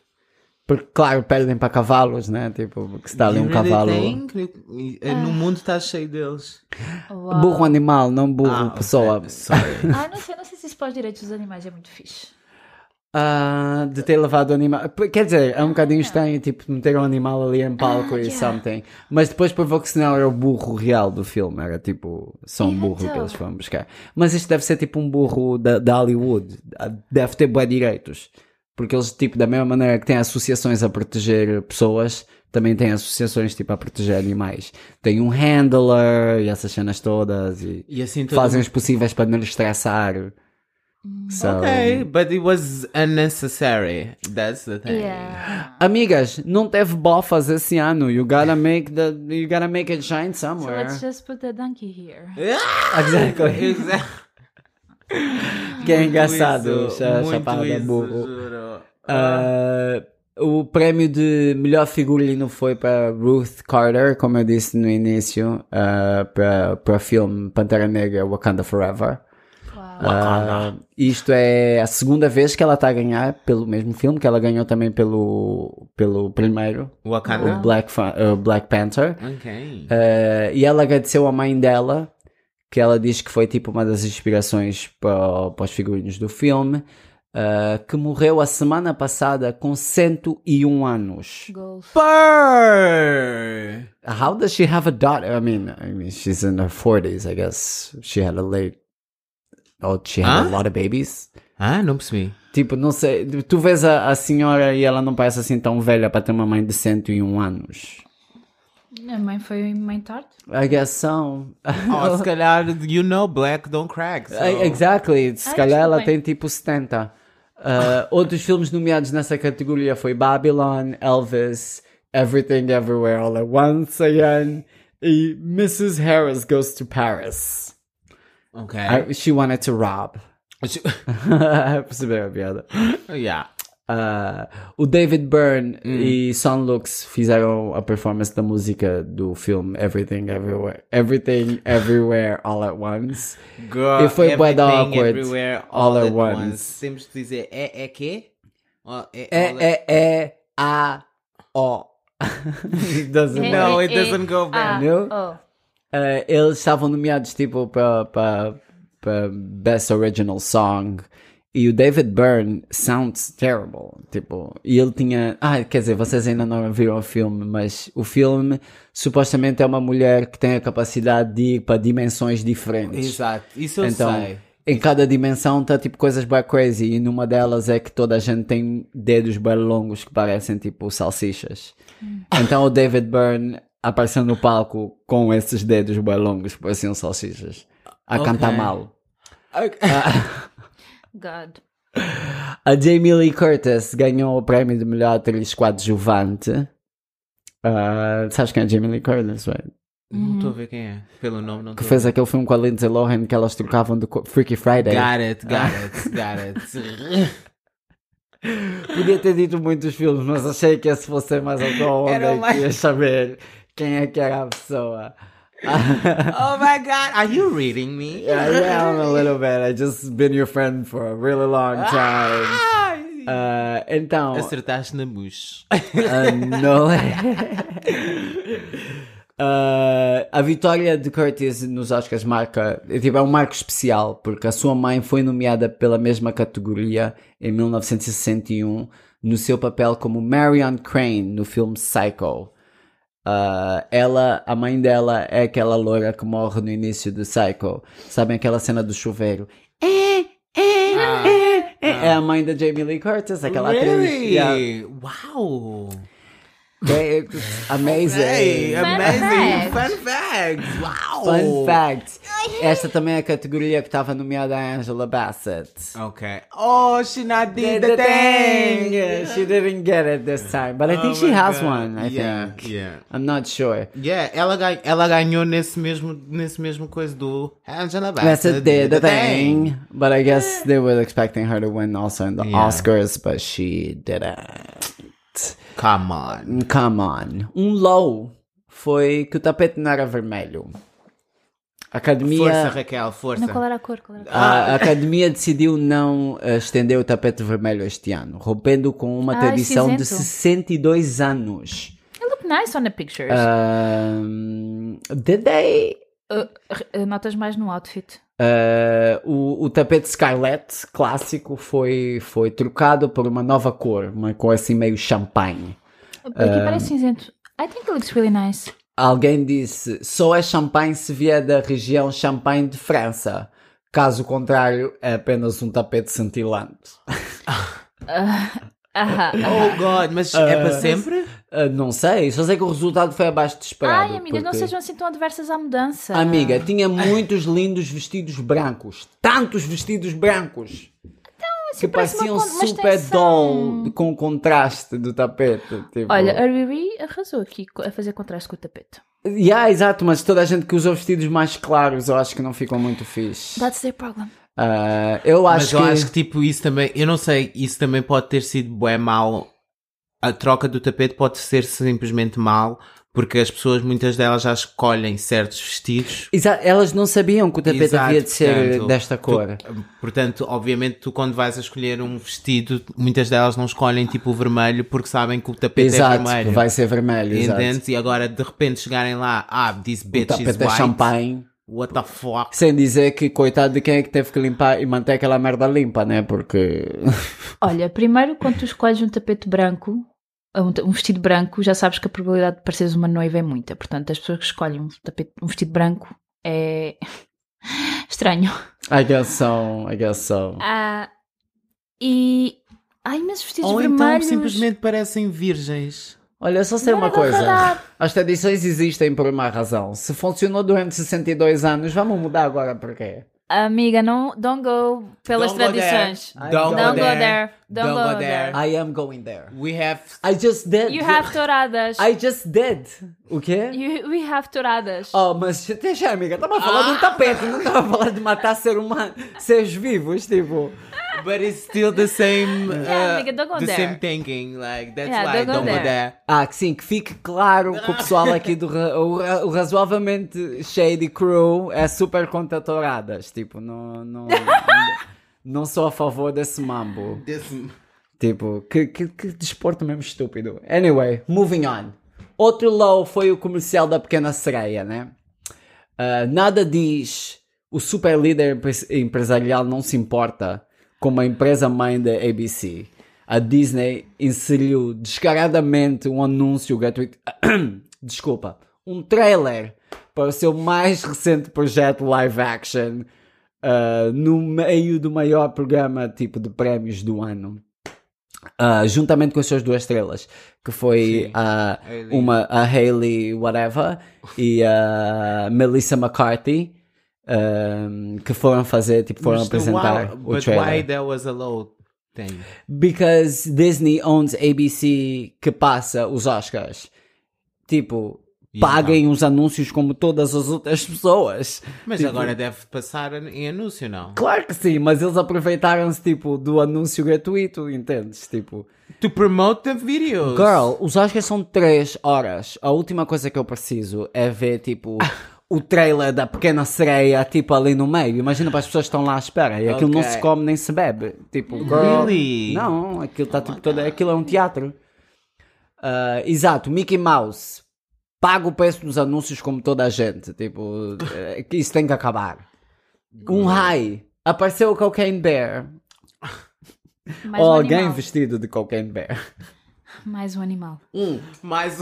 Speaker 1: Porque, claro, perdem para cavalos, né? Tipo, porque se dá ali um
Speaker 2: You really
Speaker 1: cavalo.
Speaker 2: think? No mundo está cheio deles.
Speaker 3: Uau.
Speaker 1: Burro animal, não burro
Speaker 2: Ah,
Speaker 1: pessoa.
Speaker 2: ok, Sorry.
Speaker 3: Ai, não sei, não sei se isso para os direitos dos animais é muito fixe.
Speaker 1: Ah, de ter levado o animal. P- Quer dizer, é um bocadinho estranho, tipo, meter um animal ali em palco e
Speaker 3: Ah, yeah.
Speaker 1: something. Mas depois provou que se não era o burro real do filme, era tipo, só um
Speaker 3: Então.
Speaker 1: burro que eles foram buscar. Mas isto deve ser tipo um burro da, da Hollywood, ah, deve ter bué direitos. Porque eles, tipo, da mesma maneira que têm associações a proteger pessoas, também têm associações, tipo, a proteger animais. Tem um handler e essas cenas todas e
Speaker 2: E assim todo
Speaker 1: fazem os possíveis para não lhes estressar. So-
Speaker 2: Okay, but it was unnecessary. That's the thing.
Speaker 3: Yeah.
Speaker 1: Ah. Amigas, não teve bofas esse ano. You gotta make the you gotta make it shine
Speaker 3: So
Speaker 1: somewhere.
Speaker 3: let's just put the donkey here.
Speaker 2: É.
Speaker 1: Exactly.
Speaker 2: Exactly.
Speaker 1: que é engraçado, cha-
Speaker 2: muito
Speaker 1: chapada
Speaker 2: isso,
Speaker 1: burro.
Speaker 2: juro.
Speaker 1: é Ah, o prémio de melhor figurino foi para Ruth Carter, como eu disse no início, ah, para para o filme Pantera Negra Wakanda Forever.
Speaker 3: Uau.
Speaker 1: Ah, isto é a segunda vez que ela está a ganhar pelo mesmo filme, que ela ganhou também pelo, pelo primeiro,
Speaker 2: Wakanda.
Speaker 1: o Black, Fa- ah, Black Panther.
Speaker 2: Ok.
Speaker 1: Eh, e ela agradeceu à mãe dela, que ela diz que foi tipo uma das inspirações para, o- para os figurinos do filme, eh, que morreu a semana passada com 101 anos.
Speaker 3: Golf.
Speaker 2: Burr!
Speaker 1: How does she have a daughter? I mean, I mean, she's in her 40s, I guess. She had a late. Oh, she had
Speaker 2: Hã?
Speaker 1: a lot of babies.
Speaker 2: Ah, não percebi.
Speaker 1: Tipo, não sei. Tu vês a, a senhora e ela não parece assim tão velha para ter uma mãe de 101 anos.
Speaker 3: Minha mãe foi mãe tarde.
Speaker 1: I guess so.
Speaker 2: Oh, se calhar, you know, black don't crack. so-
Speaker 1: É, Exactly. Se
Speaker 3: Ai,
Speaker 1: calhar ela
Speaker 3: desculpem.
Speaker 1: tem tipo 70. Uh, outros filmes nomeados nessa categoria foi Babylon, Elvis, Everything Everywhere All at Once Again e Mrs. Harris Goes to Paris.
Speaker 2: Ok.
Speaker 1: I- she wanted to rob. Perceberam a piada?
Speaker 2: yeah.
Speaker 1: Uh, o David Byrne e Son Lux fizeram a performance da música do filme Everything Everywhere, Everything Everywhere All at Once.
Speaker 2: Girl,
Speaker 1: E foi bué da
Speaker 2: everything,
Speaker 1: awkward.
Speaker 2: everywhere,
Speaker 1: All
Speaker 2: all,
Speaker 1: at
Speaker 2: at once.
Speaker 1: once.
Speaker 2: Temos de dizer é, é quê? Ó, É, all at-
Speaker 1: E, E, E, é, A, O. It doesn't
Speaker 3: É,
Speaker 2: No,
Speaker 3: é,
Speaker 2: it
Speaker 3: é,
Speaker 2: doesn't go
Speaker 3: ah,
Speaker 2: back.
Speaker 1: Não?
Speaker 3: oh.
Speaker 1: Eh, eles estavam nomeados tipo para Best Original Song e o David Byrne sounds terrible. Tipo, e ele tinha. Ah, quer dizer, vocês ainda não viram o filme, mas o filme supostamente é uma mulher que tem a capacidade de ir para dimensões diferentes.
Speaker 2: Exato, isso eu
Speaker 1: Então,
Speaker 2: sei.
Speaker 1: em cada dimensão tá tipo coisas bem crazy e numa delas é que toda a gente
Speaker 2: Hum.
Speaker 1: tem dedos bem longos que parecem tipo salsichas. Então o David Byrne apareceu no palco com esses dedos bem longos, pareciam salsichas, a
Speaker 2: Ok.
Speaker 1: cantar mal.
Speaker 3: God.
Speaker 1: A Jamie Lee Curtis ganhou o prémio de melhor atriz coadjuvante. Ah, sabes quem é a Jamie Lee Curtis, right?
Speaker 2: Não estou a ver quem é. Pelo nome, não
Speaker 1: Que
Speaker 2: estou a ver.
Speaker 1: fez aquele filme com a Lindsay Lohan que elas trocavam de co- Freaky Friday.
Speaker 2: Got it,
Speaker 1: Ah.
Speaker 2: got it, got it.
Speaker 1: Podia ter dito muitos filmes, mas achei que esse fosse mais alguma onda
Speaker 2: Era
Speaker 1: e
Speaker 2: mais-
Speaker 1: queria saber quem é que era a pessoa.
Speaker 2: oh my god, are you reading me?
Speaker 1: Yeah, yeah, I'm a little bit. I just been your friend for a really long time.
Speaker 2: Ai.
Speaker 1: Ah, então,
Speaker 2: Acertaste na bucha.
Speaker 1: ah, não Ah, a vitória de Curtis nos Oscars marca, é tipo, é um marco especial, porque a sua mãe foi nomeada pela mesma categoria em 1961 no seu papel como Marion Crane no filme Psycho. Ah, ela, a mãe dela é aquela loira que morre no início do Psycho. Sabem aquela cena do chuveiro? É, é,
Speaker 2: Ah,
Speaker 1: é, é. É a mãe da Jamie Lee Curtis, aquela atriz.
Speaker 2: really?
Speaker 1: Yeah.
Speaker 2: Wow.
Speaker 1: É, Amazing.
Speaker 2: Hey, amazing.
Speaker 3: fact.
Speaker 2: Fun facts. Wow.
Speaker 1: Fun fact. Esta também é a categoria que estava nomeada a Angela Bassett.
Speaker 2: Okay. Oh, she not did the, thing. Oh
Speaker 1: She didn't get it this time, but I think she has one. I
Speaker 2: yeah,
Speaker 1: think.
Speaker 2: yeah.
Speaker 1: I'm not sure.
Speaker 2: Yeah, ela, ga- ela ganhou nesse mesmo, nesse mesmo coisa do Angela
Speaker 1: Bassett
Speaker 2: Bassett.
Speaker 1: did the thing, but I guess they were expecting her to win also in the
Speaker 2: Yeah.
Speaker 1: Oscars, but she didn't.
Speaker 2: Come on.
Speaker 1: Come on. Um low foi que o tapete não era vermelho. A
Speaker 2: Força,
Speaker 1: academia.
Speaker 2: Raquel, força.
Speaker 3: Não, qual é era a cor? Qual era a cor?
Speaker 1: A academia decidiu não eh, estender o tapete vermelho este ano, rompendo com uma
Speaker 3: Ai,
Speaker 1: tradição de
Speaker 3: cinzento.
Speaker 1: 62 anos.
Speaker 3: It looked nice on the pictures.
Speaker 1: Ah. Ahm, did they?
Speaker 3: Uh, notas mais no outfit.
Speaker 1: Ah, o, o tapete Scarlet clássico foi, foi trocado por uma nova cor, uma cor assim meio champanhe. Ah.
Speaker 3: Aqui parece cinzento. I think it looks really nice.
Speaker 1: Alguém disse: só é champanhe se vier da região champanhe de França. Caso contrário, é apenas um tapete cintilante.
Speaker 3: Ahá.
Speaker 2: Oh, God, mas é para sempre?
Speaker 1: Ah, não sei, só sei que o resultado foi abaixo de esperado.
Speaker 3: Ai, amiga, não
Speaker 1: porque-
Speaker 3: sejam assim tão adversas à mudança.
Speaker 1: Amiga, tinha muitos lindos vestidos brancos. Tantos vestidos brancos. que
Speaker 3: parece uma
Speaker 1: pareciam
Speaker 3: con- uma
Speaker 1: super
Speaker 3: extensão.
Speaker 1: doll com o contraste do tapete. Tipo...
Speaker 3: Olha, a Riri arrasou aqui co- a fazer contraste com o tapete.
Speaker 1: Yeah, ah, exato, mas toda a gente que usou vestidos mais claros eu acho que não ficam muito fixe.
Speaker 3: That's their problem.
Speaker 1: Ah, eu acho
Speaker 2: mas
Speaker 1: que.
Speaker 2: eu acho que tipo isso também, eu não sei, isso também pode ter sido bué mal. A troca do tapete pode ser simplesmente mal, porque as pessoas, muitas delas, já escolhem certos vestidos.
Speaker 1: Exa- elas não sabiam que o tapete
Speaker 2: Exato,
Speaker 1: havia de ser
Speaker 2: portanto,
Speaker 1: desta
Speaker 2: tu-
Speaker 1: cor.
Speaker 2: Portanto, obviamente, tu quando vais a escolher um vestido, muitas delas não escolhem tipo o vermelho porque sabem que o tapete
Speaker 1: Exato,
Speaker 2: é vermelho.
Speaker 1: vai ser vermelho. Exato.
Speaker 2: Entendes? E agora de repente chegarem lá, ah, this
Speaker 1: O
Speaker 2: bitch is
Speaker 1: tapete é
Speaker 2: white.
Speaker 1: champanhe.
Speaker 2: What the fuck?
Speaker 1: Sem dizer que coitado de quem é que teve que limpar e manter aquela merda limpa, né? Porque.
Speaker 3: Olha, primeiro quando tu escolhes um tapete branco, ou um, ta- um vestido branco, já sabes que a probabilidade de pareceres uma noiva é muita. Portanto, as pessoas que escolhem um, tapete, um vestido branco é estranho.
Speaker 1: I guess so, I guess so.
Speaker 3: Ah, e. Ai, mas vestidos
Speaker 2: Ou então
Speaker 3: vermelhos.
Speaker 2: simplesmente parecem virgens.
Speaker 1: Olha, só sei
Speaker 3: Não era
Speaker 1: é uma coisa.
Speaker 3: verdade.
Speaker 1: As tradições existem por uma razão. Se funcionou durante 62 anos, vamos mudar agora por quê?
Speaker 3: Amiga, não, don't go pelas
Speaker 2: Don't go there.
Speaker 3: tradições.
Speaker 1: I
Speaker 2: Don't,
Speaker 1: don't
Speaker 2: go
Speaker 1: go
Speaker 2: there.
Speaker 3: Don't, go, there.
Speaker 1: I am going there.
Speaker 2: We have.
Speaker 1: I just did.
Speaker 3: You have touradas.
Speaker 1: I just did. O quê?
Speaker 3: You- we have touradas.
Speaker 1: Oh, mas deixa, amiga. Estava a falar de um tapete, não estava a falar de matar ser humano, seres vivos, tipo.
Speaker 2: But it's still the same.
Speaker 3: Yeah,
Speaker 2: uh,
Speaker 3: nigga, don't go
Speaker 2: the
Speaker 3: there.
Speaker 2: same thinking. Like, that's
Speaker 3: Yeah,
Speaker 2: why
Speaker 3: don't go
Speaker 2: don't go
Speaker 3: there.
Speaker 2: there.
Speaker 1: Ah, que sim, que fique claro que o pessoal aqui do ra- o, ra- o razoavelmente Shady Crew é super contra touradas. Tipo, não, não, não sou a favor desse mambo.
Speaker 2: This-
Speaker 1: Tipo, que, que, que desporto mesmo estúpido. Anyway, moving on. Outro low foi o comercial da Pequena Sereia, né? Ah, nada diz o super líder empre- empresarial não se importa com uma empresa mãe da ABC. A Disney inseriu descaradamente um anúncio gratuito. Desculpa. Um trailer para o seu mais recente projeto live action ah, no meio do maior programa tipo de prémios do ano. ah, juntamente com as suas duas estrelas, que foi
Speaker 2: Sim.
Speaker 1: a
Speaker 2: Hayley.
Speaker 1: uma a Hayley whatever e a Melissa McCarthy um, que foram fazer tipo foram
Speaker 2: Mas the
Speaker 1: apresentar
Speaker 2: why-
Speaker 1: o
Speaker 2: but why
Speaker 1: trailer
Speaker 2: there was a low thing?
Speaker 1: because Disney owns ABC que passa os Oscars tipo
Speaker 2: E
Speaker 1: paguem os anúncios como todas as outras pessoas
Speaker 2: Mas
Speaker 1: Tipo-
Speaker 2: agora deve passar em anúncio, não?
Speaker 1: claro que sim mas eles aproveitaram-se tipo do anúncio gratuito entendes tipo
Speaker 2: To promote the videos.
Speaker 1: Girl, os Oscars são 3 horas. A última coisa que eu preciso é ver, tipo, o trailer da pequena sereia, tipo, ali no meio. Imagina para as pessoas que estão lá à espera. E aquilo não
Speaker 2: Ok.
Speaker 1: se come nem se bebe. Tipo, girl.
Speaker 2: Really? Oh
Speaker 1: Não, aquilo está tipo todo. Aquilo é um teatro. Ah, exato, Mickey Mouse. Paga o preço dos anúncios como toda a gente. Tipo, eh, que isso tem que acabar. Um high. Apareceu o Cocaine Bear.
Speaker 3: Mais
Speaker 1: Ou
Speaker 3: um
Speaker 1: oh, alguém
Speaker 3: animal.
Speaker 1: vestido de Cocaine Bear.
Speaker 3: Mais um animal.
Speaker 2: Hum, Mas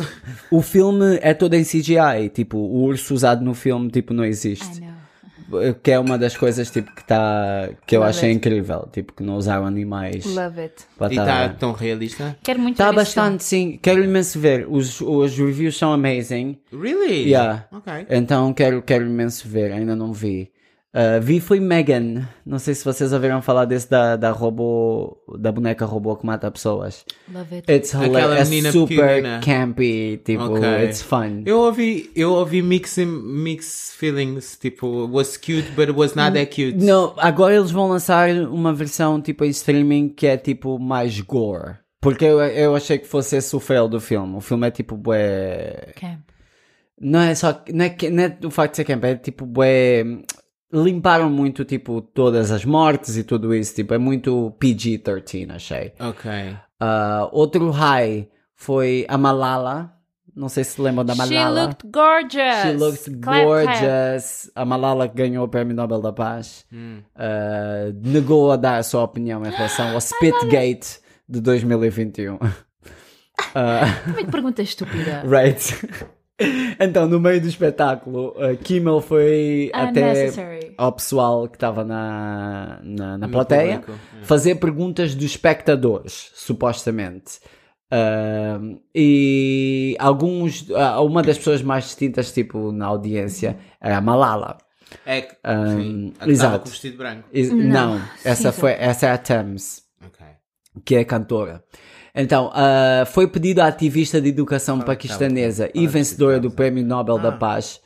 Speaker 1: O filme é todo em CGI, tipo, o urso usado no filme, tipo, não
Speaker 3: I
Speaker 1: existe.
Speaker 3: know.
Speaker 1: Que é uma das coisas, tipo, que tá, que eu
Speaker 3: Love
Speaker 1: achei
Speaker 3: it.
Speaker 1: incrível, tipo, que não usaram animais
Speaker 3: Love it.
Speaker 1: para
Speaker 2: e
Speaker 1: estar...
Speaker 2: está
Speaker 1: Tá...
Speaker 2: tão realista?
Speaker 3: Quero muito
Speaker 1: Tá
Speaker 3: ver esse filme.
Speaker 1: bastante, sim. Quero imenso ver. Os, os reviews são amazing.
Speaker 2: Really? É-
Speaker 1: Yeah.
Speaker 2: Ok.
Speaker 1: Então, quero, quero imenso ver. Ainda não vi. Ah, vi foi Megan. Não sei se vocês ouviram falar desse da, da robô... Da boneca robô que mata pessoas.
Speaker 3: Love it.
Speaker 1: It's
Speaker 2: Aquela
Speaker 1: hilarious. É
Speaker 2: menina
Speaker 1: super
Speaker 2: pequenina.
Speaker 1: campy. Tipo,
Speaker 2: Ok.
Speaker 1: it's fun.
Speaker 2: Eu ouvi, eu ouvi mixed, mixed feelings, tipo, was cute, but was not that cute.
Speaker 1: Não, agora eles vão lançar uma versão tipo em streaming que é tipo mais gore. Porque eu, eu achei que fosse esse o fail do filme. O filme é tipo bué.
Speaker 3: Camp.
Speaker 1: Não é só. Não é, que- não é o facto de ser camp, é tipo bué. Limparam muito tipo todas as mortes e tudo isso. Tipo, é muito PG-13, achei.
Speaker 2: Ok.
Speaker 1: Ah, outro high foi a Malala. Não sei se lembram da
Speaker 3: She
Speaker 1: Malala.
Speaker 3: looked gorgeous.
Speaker 1: She looks
Speaker 3: Clap, clap.
Speaker 1: gorgeous. A Malala ganhou o Prémio Nobel da Paz.
Speaker 2: Hum.
Speaker 1: Uh, negou a dar a sua opinião em relação ao Spitgate de 2021.
Speaker 3: Como é que pergunta estúpida?
Speaker 1: right. Então, no meio do espetáculo, a Kimmel foi até
Speaker 3: Unnecessary.
Speaker 1: ao pessoal que estava na, na, na
Speaker 2: No
Speaker 1: plateia
Speaker 2: público, é.
Speaker 1: fazer perguntas dos espectadores, supostamente. Ahm, e alguns, ah, uma das pessoas mais distintas, tipo, na audiência, era a Malala.
Speaker 2: É que,
Speaker 1: Ahm,
Speaker 2: sim, a que
Speaker 1: Um, exato.
Speaker 2: tava com o vestido branco.
Speaker 1: E- não,
Speaker 3: Não.
Speaker 1: essa,
Speaker 3: Sim,
Speaker 1: foi, essa é a Thames,
Speaker 2: Ok.
Speaker 1: que é cantora. Então, ah, foi pedido à ativista de educação paquistanesa e vencedora do Prémio Nobel da Paz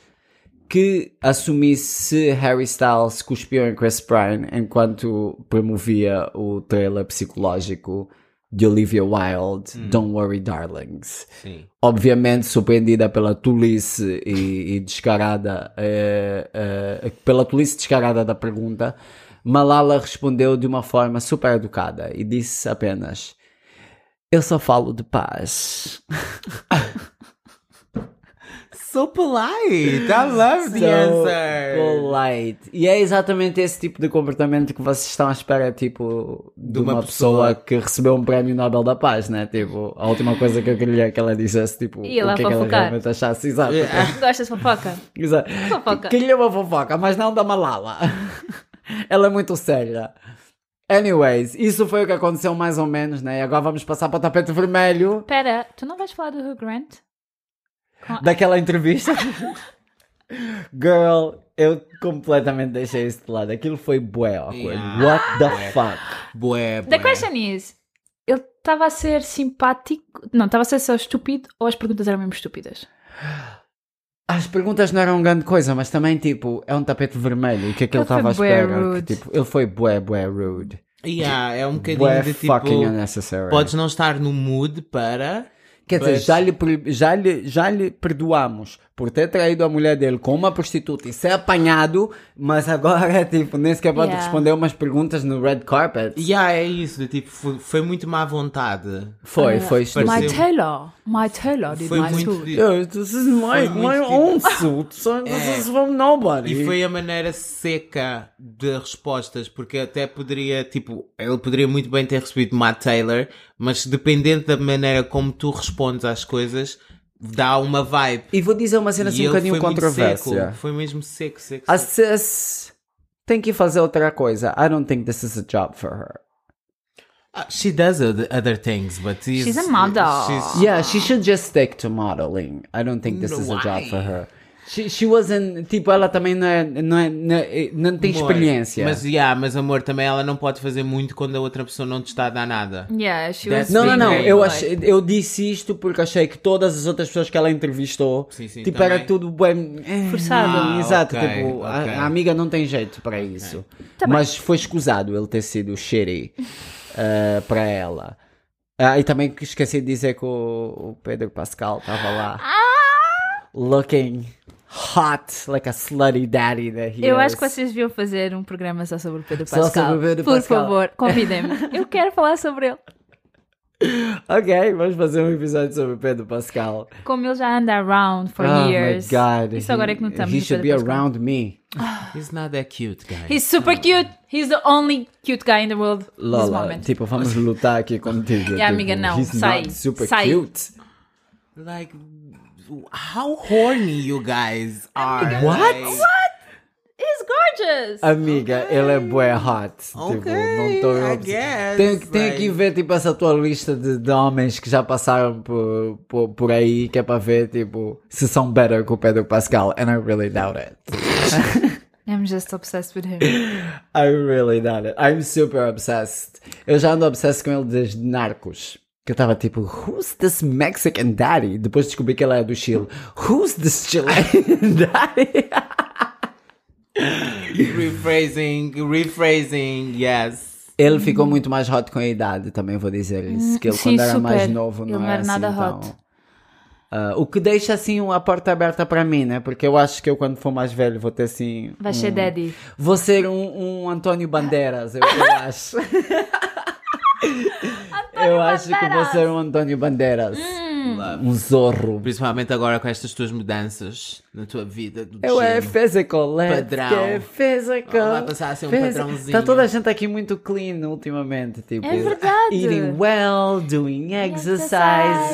Speaker 1: que assumisse se Harry Styles cuspiu em Chris Pine enquanto promovia o trailer psicológico de Olivia Wilde, Don't Worry Darlings.
Speaker 2: Sim.
Speaker 1: Obviamente surpreendida pela tolice e, e descarada, eh, eh, pela tolice descarada da pergunta, Malala respondeu de uma forma super educada e disse apenas: Eu só falo de paz.
Speaker 2: So polite. I love the
Speaker 1: So
Speaker 2: answer.
Speaker 1: polite. E é exatamente esse tipo de comportamento que vocês estão à espera, tipo, de, uma,
Speaker 2: uma
Speaker 1: pessoa,
Speaker 2: pessoa.
Speaker 1: que recebeu um prémio Nobel da Paz, né? Tipo, a última coisa que eu queria é que ela dissesse, tipo,
Speaker 3: E ela
Speaker 1: o que, é que ela
Speaker 3: fofocar.
Speaker 1: realmente achasse. Exato.
Speaker 3: Gostas de fofoca?
Speaker 1: Exato.
Speaker 3: Fofoca.
Speaker 1: Queria uma fofoca, mas não da Malala. Ela é muito séria. Anyways, isso foi o que aconteceu mais ou menos, né? E agora vamos passar para o tapete vermelho
Speaker 3: Pera, tu não vais falar do Hugh Grant?
Speaker 1: daquela entrevista. Girl, eu completamente deixei isso de lado. Aquilo foi bué awkward.
Speaker 2: Yeah.
Speaker 1: What the fuck?
Speaker 2: Bué, bué.
Speaker 3: The question is: ele estava a ser simpático? Não, estava a ser só estúpido ou as perguntas eram mesmo estúpidas?
Speaker 1: As perguntas não eram grande coisa, mas também, tipo, é um tapete vermelho. O que é que ele
Speaker 3: Ele foi
Speaker 1: estava à
Speaker 3: bué
Speaker 1: espera? Que,
Speaker 3: rude.
Speaker 1: tipo, ele foi bué, bué rude.
Speaker 2: Yeah, é um bocadinho
Speaker 1: Bué
Speaker 2: de tipo...
Speaker 1: fucking unnecessary.
Speaker 2: Podes não estar no mood para...
Speaker 1: Quer dizer,
Speaker 2: Mas-
Speaker 1: já lhe, per- já, lhe, já lhe perdoamos por ter traído a mulher dele com uma prostituta e ser apanhado, mas agora é tipo, nem sequer pode
Speaker 3: Yeah.
Speaker 1: responder umas perguntas no red carpet.
Speaker 2: Yeah, é isso. do tipo, foi, foi muito má vontade.
Speaker 1: Foi, foi
Speaker 3: My
Speaker 1: estúpido.
Speaker 2: Pareceu-
Speaker 3: Taylor, my Taylor did
Speaker 2: Foi
Speaker 3: my
Speaker 2: muito...
Speaker 3: food.
Speaker 2: de-
Speaker 1: Yeah, This is my,
Speaker 2: Foi muito
Speaker 1: my
Speaker 2: tipo-
Speaker 1: own suit. So this is from nobody.
Speaker 2: E foi a maneira seca de respostas, porque até poderia, tipo, ele poderia muito bem ter recebido Matt Taylor, mas dependendo da maneira como tu respondes às coisas, dá uma vibe.
Speaker 1: E vou dizer uma cena assim um bocadinho Ah,
Speaker 2: seco,
Speaker 1: controversa.
Speaker 2: foi mesmo seco, seco.
Speaker 1: A
Speaker 2: seco.
Speaker 1: Cis tem que fazer outra coisa. I don't think this is a job for her.
Speaker 2: Ah, she does oth- other things, but is,
Speaker 3: She's a model.
Speaker 1: Yeah, she should just stick to modeling. I don't think this is a job for her. She, she wasn't, tipo, ela também não, é, não, é, não, é- não tem
Speaker 2: Amor,
Speaker 1: experiência.
Speaker 2: Mas, yeah, mas amor, também ela não pode fazer muito quando a outra pessoa não te está a dar nada.
Speaker 1: Tipo,
Speaker 3: Yeah, she
Speaker 2: That's
Speaker 3: was
Speaker 1: Não, não,
Speaker 3: being
Speaker 1: não.
Speaker 3: very
Speaker 1: Eu,
Speaker 3: polite.
Speaker 1: achei, eu disse isto porque achei que todas as outras pessoas que ela entrevistou,
Speaker 2: Sim, sim,
Speaker 1: tipo,
Speaker 2: também.
Speaker 1: era tudo bem. eh,
Speaker 3: Forçado.
Speaker 1: não,
Speaker 2: Ah,
Speaker 1: exato,
Speaker 2: ok,
Speaker 1: tipo, a-
Speaker 2: ok.
Speaker 1: A, amiga não tem jeito para isso.
Speaker 3: Tá bem.
Speaker 1: Mas foi escusado ele ter sido shitty eh, para ela. Ah, e também que esqueci de dizer que o, o Pedro Pascal estava lá.
Speaker 3: Ah!
Speaker 1: Looking hot, like a slutty daddy that he
Speaker 3: Eu acho que
Speaker 1: is.
Speaker 3: vocês deviam fazer um programa só sobre o Pedro
Speaker 1: Só
Speaker 3: Pascal.
Speaker 1: sobre o Pedro
Speaker 3: Por
Speaker 1: Pascal.
Speaker 3: favor, convidem-me. Eu quero falar sobre ele.
Speaker 1: Ok, vamos fazer um episódio sobre o Pedro Pascal.
Speaker 3: Como ele já anda around for
Speaker 1: oh
Speaker 3: years.
Speaker 1: my god.
Speaker 3: Isso agora é que não
Speaker 1: He-
Speaker 3: estamos.
Speaker 1: He
Speaker 3: no
Speaker 1: should be
Speaker 3: Pedro Pascal.
Speaker 1: around me.
Speaker 2: He's not that cute, guys.
Speaker 3: He's super cute. He's the only cute guy in the world at this
Speaker 1: Lola,
Speaker 3: moment.
Speaker 1: tipo, vamos lutar aqui contigo.
Speaker 3: Yeah,
Speaker 1: tipo,
Speaker 3: amiga, não,
Speaker 1: He's
Speaker 3: sai,
Speaker 1: not super
Speaker 3: sai.
Speaker 1: cute.
Speaker 2: Like, how horny you guys are.
Speaker 1: What?
Speaker 2: like-
Speaker 3: He's gorgeous.
Speaker 1: Ah. Amiga, ele é bué hot. tipo, não tô...
Speaker 2: I guess,
Speaker 1: Tenho, que- tenho que
Speaker 2: like-
Speaker 1: ver, tipo, essa tua lista de, de homens que já passaram por, por, por aí, que é para ver, tipo, se são better que o Pedro Pascal. And I really doubt it.
Speaker 3: I'm just obsessed with him.
Speaker 1: I really doubt it. I'm super obsessed. Eu já ando obsessed com ele desde Narcos. Que eu tava tipo, who's this Mexican daddy? Depois descobri que ela é do Chile. Who's this Chilean daddy?
Speaker 2: Rephrasing, rephrasing, yes.
Speaker 1: Ele ficou muito mais hot com a idade, também vou dizer isso. Que ele,
Speaker 3: Uhum. Hum, Sim,
Speaker 1: quando era mais
Speaker 3: super.
Speaker 1: novo, não
Speaker 3: Ele não
Speaker 1: era
Speaker 3: era nada
Speaker 1: assim tão-
Speaker 3: hot.
Speaker 1: Ah, o que deixa assim a porta aberta para mim, né? Porque eu acho que eu, quando for mais velho, vou ter assim.
Speaker 3: Vai ser daddy.
Speaker 1: Vou ser um, um Antônio Bandeiras, eu, eu acho. eu acho que vou ser um Antônio Bandeiras.
Speaker 3: Hum.
Speaker 1: Um zorro.
Speaker 2: Principalmente agora com estas tuas mudanças na tua vida. Do
Speaker 1: Eu é
Speaker 2: gym.
Speaker 1: physical, é
Speaker 2: Padrão.
Speaker 1: É physical.
Speaker 2: Vai passar a ser um padrãozinho.
Speaker 1: Tá toda a gente aqui muito clean ultimamente, tipo.
Speaker 3: É verdade.
Speaker 1: Eating well, doing exercise,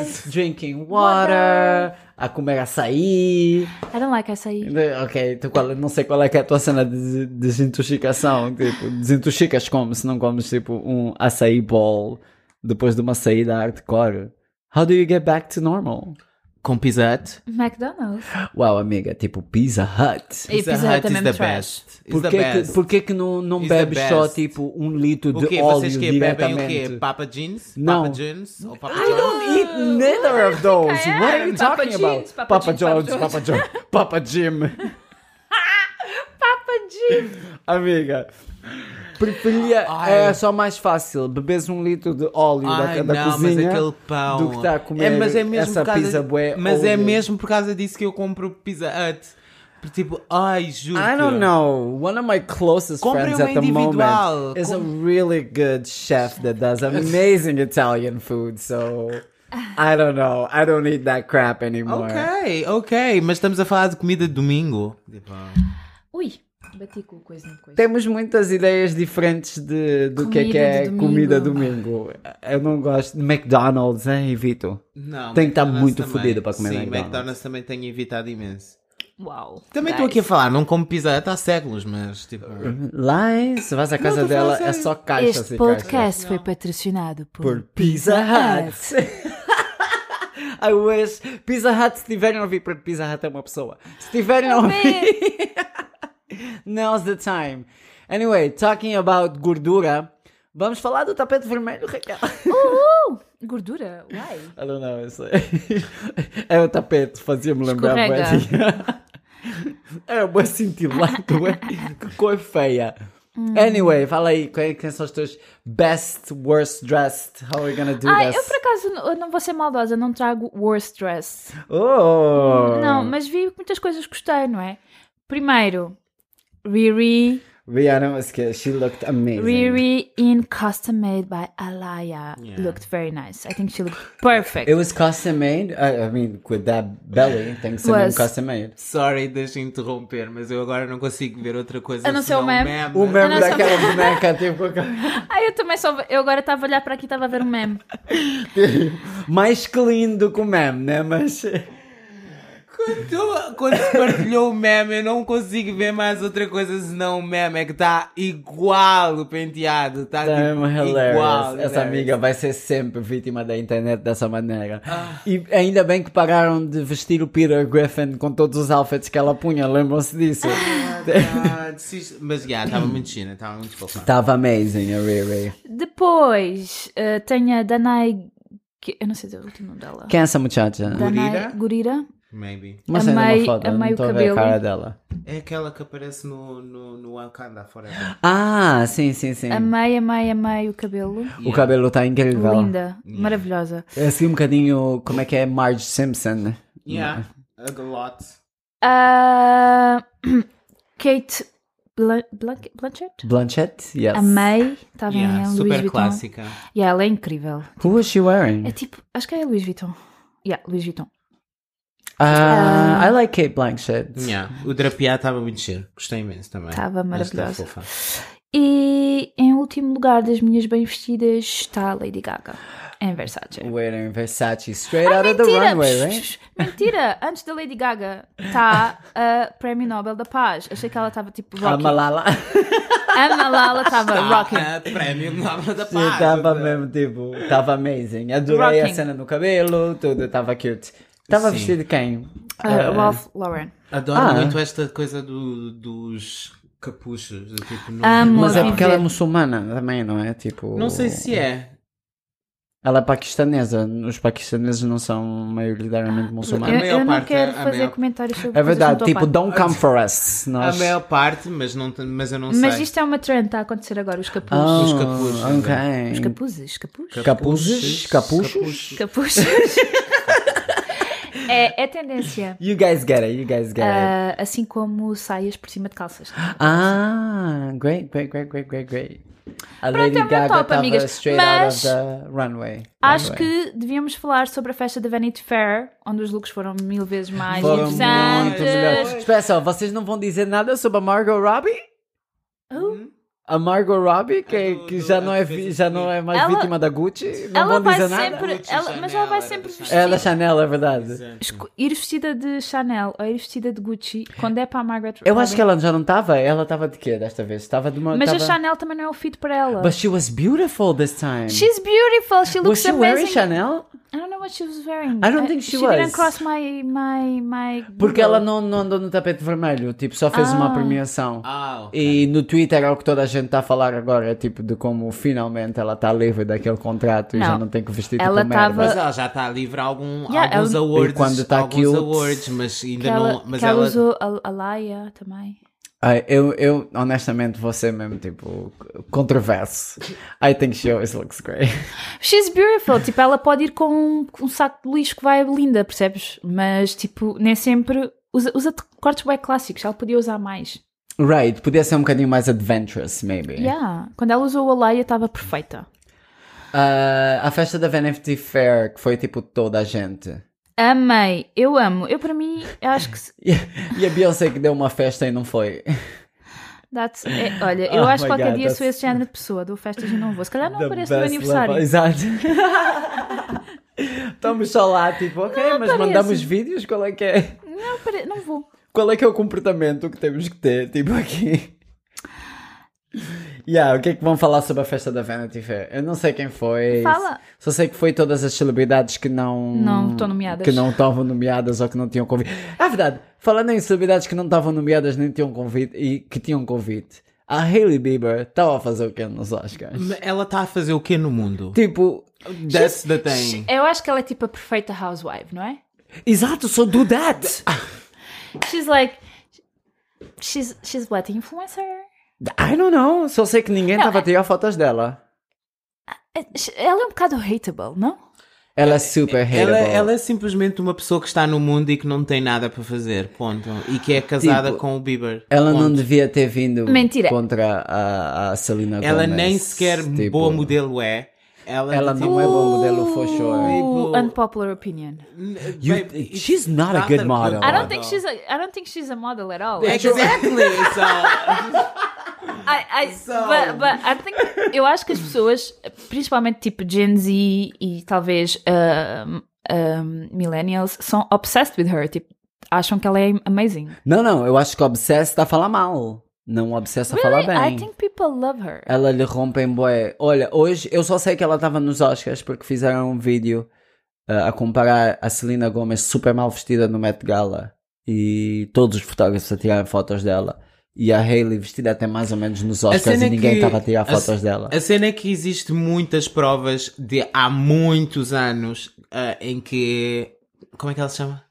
Speaker 3: exercise.
Speaker 1: drinking water, a comer açaí.
Speaker 3: I don't like açaí.
Speaker 1: Ok, tu qual- não sei qual é que é a tua cena de de- desintoxicação. Tipo, desintoxicas como se não comes tipo um açaí ball depois de uma saída hardcore. How do you get back to normal?
Speaker 2: Com Pizza Hut.
Speaker 3: McDonald's.
Speaker 1: Wow, amiga, tipo Pizza Hut.
Speaker 3: E Pizza Hut é mesmo trash.
Speaker 2: Is
Speaker 1: Por
Speaker 2: the
Speaker 1: que, que,
Speaker 2: best.
Speaker 1: por que que não, não
Speaker 2: It's the
Speaker 1: bebes só
Speaker 2: best.
Speaker 1: tipo um litro
Speaker 2: O
Speaker 1: de
Speaker 2: quê?
Speaker 1: óleo
Speaker 2: Vocês que bebem o quê?
Speaker 1: diretamente? Ah,
Speaker 2: Papa Jeans?
Speaker 1: Não.
Speaker 2: Papa Jeans? Ou Papa
Speaker 1: I
Speaker 2: John's?
Speaker 1: don't eat neither of those.
Speaker 3: I
Speaker 1: What are
Speaker 3: am.
Speaker 1: you
Speaker 3: Papa
Speaker 1: talking
Speaker 3: Jeans,
Speaker 1: about?
Speaker 3: Papa
Speaker 1: é Papa
Speaker 3: Jeans, Papa
Speaker 1: John's, Papa John, Papa Jim.
Speaker 3: Papa Jim.
Speaker 1: Amiga, preferia.
Speaker 2: Ai.
Speaker 1: É só mais fácil. Bebes um litro de óleo da-
Speaker 2: Ai,
Speaker 1: da,
Speaker 2: não,
Speaker 1: cozinha
Speaker 2: mas aquele pão. É,
Speaker 1: do que está a comer essa
Speaker 2: por causa-
Speaker 1: pizza bué.
Speaker 2: Mas é
Speaker 1: óleo.
Speaker 2: mesmo por causa disso que eu compro Pizza Hut. Porque, Tipo, ai, juro.
Speaker 1: I don't know. One of my closest
Speaker 2: Compre
Speaker 1: friends
Speaker 2: um
Speaker 1: at the
Speaker 2: individual.
Speaker 1: moment is a really good chef that does amazing Italian food. So I don't know. I don't eat that crap anymore.
Speaker 3: é?
Speaker 2: Ok, ok, mas estamos a falar de comida de domingo. Tipo,
Speaker 3: Ui, bati com coisa no coisa.
Speaker 1: Temos muitas ideias diferentes de, do que é que
Speaker 3: Comida
Speaker 1: é
Speaker 3: de domingo.
Speaker 1: comida domingo. Eu não gosto. McDonald's, hein, evito.
Speaker 2: não,
Speaker 1: Tem que estar
Speaker 2: McDonald's
Speaker 1: muito
Speaker 2: também.
Speaker 1: fodido para comer
Speaker 2: Sim,
Speaker 1: McDonald's.
Speaker 2: também tenho evitado imenso.
Speaker 3: Uau.
Speaker 2: Também estou aqui a falar, não como pizza Hut há séculos, mas tipo.
Speaker 1: Lies, vais à casa
Speaker 2: tô
Speaker 1: dela,
Speaker 2: falando
Speaker 1: é
Speaker 2: sério.
Speaker 1: só caixas
Speaker 3: Este
Speaker 1: e caixas.
Speaker 3: podcast é foi patrocinado por...
Speaker 1: Por Pizza Hut. I wish. Pizza Hut, se tiverem a ouvir, porque Pizza Hut é uma pessoa. Se tiverem a ouvir, now's the time. Anyway, talking about gordura, vamos falar do tapete vermelho, Raquel.
Speaker 3: Uhul! Gordura, uai.
Speaker 1: I don't know, isso é... É o tapete, fazia-me lembrar.
Speaker 3: Escorrega.
Speaker 1: bué. Era bué cintilante, bué. Que cor feia.
Speaker 3: Hum.
Speaker 1: Anyway, fala aí, quem, quem são os teus best, worst dressed? How are we gonna do
Speaker 3: Ai, eu
Speaker 1: this?
Speaker 3: por acaso n- eu não vou ser maldosa, não trago worst dress.
Speaker 1: Oh!
Speaker 3: Não, mas vi muitas coisas que gostei, não é? Primeiro, Riri,
Speaker 1: Rihanna was good. She looked amazing.
Speaker 3: Riri in custom made by Alaya
Speaker 2: Yeah.
Speaker 3: looked very nice. I think she looked perfect.
Speaker 1: It was custom made. I, I mean, with that belly, tem que ser
Speaker 3: Was.
Speaker 1: mesmo custom made.
Speaker 2: Sorry, deixa interromper, mas eu agora não consigo ver outra coisa.
Speaker 3: A não ser o
Speaker 2: senão
Speaker 3: meme.
Speaker 1: O
Speaker 3: Ah,
Speaker 1: mesmo
Speaker 3: não, só-
Speaker 1: daquela boneca, tipo,
Speaker 3: Ai, Ah, eu também só. Eu agora estava a olhar para aqui e estava a ver um meme.
Speaker 1: mais clean do que o meme, né? Mas.
Speaker 2: Quando, quando se partilhou o meme, eu não consigo ver mais outra coisa senão o meme. É que tá igual o penteado. Tá
Speaker 1: Damn
Speaker 2: tipo,
Speaker 1: é hilarious.
Speaker 2: igual.
Speaker 1: Essa
Speaker 2: hilarious.
Speaker 1: amiga vai ser sempre vítima da internet dessa maneira.
Speaker 2: Ah.
Speaker 1: E ainda bem que pararam de vestir o Peter Griffin com todos os outfits que ela punha, lembram-se disso?
Speaker 2: Ah, se isto- Mas, já, estava muito china, estava muito fofa.
Speaker 1: Estava amazing a Riri.
Speaker 3: Depois eh, tem a Danai. que- eu não sei dizer o último nome dela.
Speaker 1: Quem é essa muchacha?
Speaker 3: Tá. Danai Gurira.
Speaker 2: Maybe.
Speaker 1: Mas
Speaker 3: Amei-
Speaker 1: ainda não
Speaker 3: amei o
Speaker 1: estou a ver a
Speaker 3: cabelo.
Speaker 1: cara dela.
Speaker 2: É aquela que aparece no, no, no Wakanda Forever.
Speaker 1: Ah, sim, sim, sim.
Speaker 3: Amei, amei, amei o cabelo.
Speaker 1: O cabelo está incrível.
Speaker 3: Linda, maravilhosa.
Speaker 1: É assim um bocadinho, como é que é, Marge Simpson.
Speaker 2: Yeah, a lot.
Speaker 3: Ah, Kate Blan- Blanc- Blanchett?
Speaker 1: Blanchett? Yes.
Speaker 3: Amei, Tá estava
Speaker 2: Yeah,
Speaker 3: em é um Louis
Speaker 2: super
Speaker 3: Vuitton.
Speaker 2: clássica.
Speaker 3: Yeah, ela é incrível.
Speaker 1: Who was she wearing?
Speaker 3: É tipo, acho que é Louis Vuitton. Yeah, Louis Vuitton.
Speaker 1: Ah, I like Kate Blanchett.
Speaker 2: Yeah, o drapeado estava muito cheiro. Gostei imenso também.
Speaker 3: Estava
Speaker 2: Acho que tá
Speaker 3: maravilhosa.
Speaker 2: fofa.
Speaker 3: E em último lugar das minhas bem vestidas está a Lady Gaga em Versace.
Speaker 1: Wearing Versace straight out of the
Speaker 3: Mentira!
Speaker 1: runway, né?
Speaker 3: psh,
Speaker 1: right?
Speaker 3: psh, psh, Mentira! Antes da Lady Gaga está a Prémio Nobel da Paz. Achei que ela estava tipo
Speaker 1: A
Speaker 3: Rocky.
Speaker 1: Malala.
Speaker 3: A Malala estava Rocky.
Speaker 2: Ah, prémio Nobel da Paz.
Speaker 1: Estava mesmo, tipo, estava amazing. Adorei a
Speaker 3: Rocking.
Speaker 1: cena no cabelo, tudo, estava cute. Estava
Speaker 2: Sim.
Speaker 1: vestido de quem?
Speaker 3: Uh, Ralph Lauren.
Speaker 2: Adoro
Speaker 1: Ah.
Speaker 2: muito esta coisa do- dos capuchos. Do tipo, não,
Speaker 3: Amo.
Speaker 1: Mas é
Speaker 3: Vou
Speaker 1: porque ela é
Speaker 3: ver.
Speaker 1: muçulmana também, não é? Tipo.
Speaker 2: não sei se é.
Speaker 1: Ela é paquistanesa. Os paquistaneses não são
Speaker 2: Ah,
Speaker 1: maioritariamente
Speaker 3: Eu,
Speaker 1: muçulmanos.
Speaker 2: maior
Speaker 3: eu não
Speaker 2: parte,
Speaker 3: quero
Speaker 2: a
Speaker 3: fazer
Speaker 2: maior-
Speaker 3: comentários sobre
Speaker 1: É
Speaker 3: coisas
Speaker 1: verdade,
Speaker 3: que não
Speaker 1: tipo,
Speaker 3: estou a
Speaker 1: don't come for us.
Speaker 2: A
Speaker 1: Nós...
Speaker 2: maior parte, mas, não, te- mas eu não
Speaker 3: par. Mas
Speaker 2: sei.
Speaker 3: isto é uma trend, está a acontecer agora, os capuzes.
Speaker 1: Ah,
Speaker 2: Os capuzes,
Speaker 1: ok.
Speaker 3: Os capuzes, capuzes?
Speaker 1: Capuzes? Capuchos?
Speaker 2: Capuchos.
Speaker 3: Capuzes. é, é tendência.
Speaker 1: You guys get it, you guys get it.
Speaker 3: Ah, assim como saias por cima de calças.
Speaker 1: Ah, great, great, great, great, great, great. A
Speaker 3: Pronto, é o meu top,
Speaker 1: tava
Speaker 3: amigas.
Speaker 1: straight
Speaker 3: Mas-
Speaker 1: out of the runway.
Speaker 3: Acho
Speaker 1: runway.
Speaker 3: que devíamos falar sobre a festa da Vanity Fair, onde os looks foram mil vezes mais
Speaker 1: Foram muito melhores.
Speaker 3: interessantes.
Speaker 1: Espera Tipo, é só, vocês não vão dizer nada sobre a Margot Robbie?
Speaker 3: Oh.
Speaker 1: A Margot Robbie, que,
Speaker 2: Hum? É do-
Speaker 1: que
Speaker 2: do-
Speaker 1: já, não é,
Speaker 2: a
Speaker 1: vi-
Speaker 2: defesa
Speaker 1: já
Speaker 2: de
Speaker 1: não é mais
Speaker 3: Ela-
Speaker 1: vítima da Gucci? Não
Speaker 3: Ela
Speaker 1: vão
Speaker 3: vai
Speaker 1: dizer nada?
Speaker 3: sempre,
Speaker 2: Gucci,
Speaker 3: ela- mas ela vai
Speaker 2: Chanel,
Speaker 3: sempre
Speaker 2: era da
Speaker 1: É da
Speaker 3: vestida.
Speaker 1: Chanel, é verdade.
Speaker 3: Esco- Ir vestida de Chanel ou ir vestida de Gucci, quando é para a Margaret
Speaker 1: Eu
Speaker 3: Robbie.
Speaker 1: acho que ela já não estava. Ela estava de quê desta vez? Estava de uma.
Speaker 3: Mas a
Speaker 1: tava...
Speaker 3: Chanel também não é o fit para ela.
Speaker 1: But she was beautiful this time.
Speaker 3: She's beautiful, she
Speaker 1: was
Speaker 3: looks
Speaker 1: she wearing
Speaker 3: amazing.
Speaker 1: Chanel?
Speaker 3: I don't know what she was wearing.
Speaker 1: I don't think she was.
Speaker 3: didn't cross my my my
Speaker 1: Porque
Speaker 3: Google.
Speaker 1: ela não, não andou no tapete vermelho, tipo, só fez uma
Speaker 3: Ah.
Speaker 1: premiação.
Speaker 2: Ah, ok.
Speaker 1: E no Twitter é o que toda a gente está a falar agora, tipo, de como finalmente ela está livre daquele contrato e
Speaker 3: Não.
Speaker 1: já não tem que vestir
Speaker 3: Ela
Speaker 1: com
Speaker 3: tava-
Speaker 2: Mas
Speaker 1: merda.
Speaker 2: ela já está a livrar algum,
Speaker 3: Yeah,
Speaker 2: alguns
Speaker 3: ela-
Speaker 2: awards.
Speaker 1: E quando tá
Speaker 2: alguns
Speaker 1: cute.
Speaker 2: awards, mas ainda
Speaker 3: que ela,
Speaker 2: não. Mas
Speaker 3: que ela
Speaker 2: ela,
Speaker 3: usou a, a Laia também.
Speaker 1: Ai, eu, eu, honestamente, vou ser mesmo, tipo, controverso. I think she always looks great.
Speaker 3: She's beautiful, tipo, ela pode ir com um, com um saco de lixo que vai linda, percebes? Mas tipo, nem sempre usa, usa t- cortes bem clássicos, ela podia usar mais.
Speaker 1: Right, podia ser um bocadinho mais adventurous, maybe.
Speaker 3: Yeah. Quando ela usou a Laia estava perfeita.
Speaker 1: Ah, a festa da Vanity Fair, que foi, tipo, toda a gente.
Speaker 3: Amei, eu amo. Eu para mim, eu acho que se-
Speaker 1: E, e a Beyoncé que deu uma festa e não foi.
Speaker 3: that's, é, olha, eu
Speaker 1: Oh
Speaker 3: acho
Speaker 1: my
Speaker 3: que qualquer
Speaker 1: God,
Speaker 3: dia sou
Speaker 1: that's-
Speaker 3: esse género de pessoa, dou festas e não vou. Se calhar não
Speaker 1: The
Speaker 3: apareço no
Speaker 1: best
Speaker 3: aniversário.
Speaker 1: level. Exato. Estamos só lá, tipo, ok, mas
Speaker 3: aparece.
Speaker 1: mandamos vídeos, qual é que é?
Speaker 3: Não, apare- não vou.
Speaker 1: Qual é que é o comportamento que temos que ter, tipo, aqui? Yeah, o que é que vão falar sobre a festa da Vanity Fair? Eu não sei quem foi.
Speaker 3: Fala.
Speaker 1: Só sei que foi todas as celebridades que não...
Speaker 3: Não estão nomeadas.
Speaker 1: Que não estavam nomeadas ou que não tinham convite. Ah, verdade. Falando em celebridades que não estavam nomeadas nem tinham convite e que tinham convite. A Hailey Bieber estava a fazer o que nos Oscars?
Speaker 2: ela está a fazer o que no mundo?
Speaker 1: Tipo,
Speaker 2: That's the thing.
Speaker 3: Eu acho que ela é tipo a perfeita housewife, não é?
Speaker 1: Exato, só do that.
Speaker 3: She's like. She's, she's what? Influencer?
Speaker 1: I don't know. Só sei que ninguém
Speaker 3: Não,
Speaker 1: estava a
Speaker 3: é-
Speaker 1: tirar fotos dela.
Speaker 3: Ela é um bocado hateable, não?
Speaker 1: Ela é super hateable.
Speaker 2: Ela, ela é simplesmente uma pessoa que está no mundo e que não tem nada para fazer, ponto. E que é casada
Speaker 1: Tipo,
Speaker 2: com o Bieber.
Speaker 1: Ela não
Speaker 2: ponto.
Speaker 1: devia ter vindo
Speaker 3: Mentira.
Speaker 1: contra a, a Selena Gomez.
Speaker 2: Ela nem sequer
Speaker 1: Tipo,
Speaker 2: boa modelo é. Ela,
Speaker 1: Ela
Speaker 2: tipo,
Speaker 1: não é bom modelo, for sure.
Speaker 3: Ooh,
Speaker 2: Tipo-
Speaker 3: unpopular opinion.
Speaker 1: You-
Speaker 2: babe,
Speaker 1: she's not a good model.
Speaker 3: I
Speaker 1: Oh,
Speaker 3: don't think she's a I don't think she's a model at all. Like,
Speaker 2: Exactly! so-
Speaker 3: I, I, but, but I think eu acho que as pessoas, principalmente tipo Gen Z uh, e talvez ah, ah, millennials, são um, obsessed with her. Tipo, acham que ela é amazing.
Speaker 1: Não, não, eu acho que obsessa está a falar mal. Não obsessa a falar bem. É.
Speaker 3: I think people love her.
Speaker 1: Ela lhe rompe em boé. Olha, hoje eu só sei que ela estava nos Oscars porque fizeram um vídeo ah, a comparar a Selena Gomez super mal vestida no Met Gala e todos os fotógrafos a tirar fotos dela e a Hailey vestida até mais ou menos nos Oscars
Speaker 2: cena
Speaker 1: e
Speaker 2: é
Speaker 1: ninguém
Speaker 2: que-
Speaker 1: estava a tirar
Speaker 2: a
Speaker 1: fotos
Speaker 2: ce-
Speaker 1: dela.
Speaker 2: A cena é que existe muitas provas de há muitos anos ah, em que. Como é que ela se chama?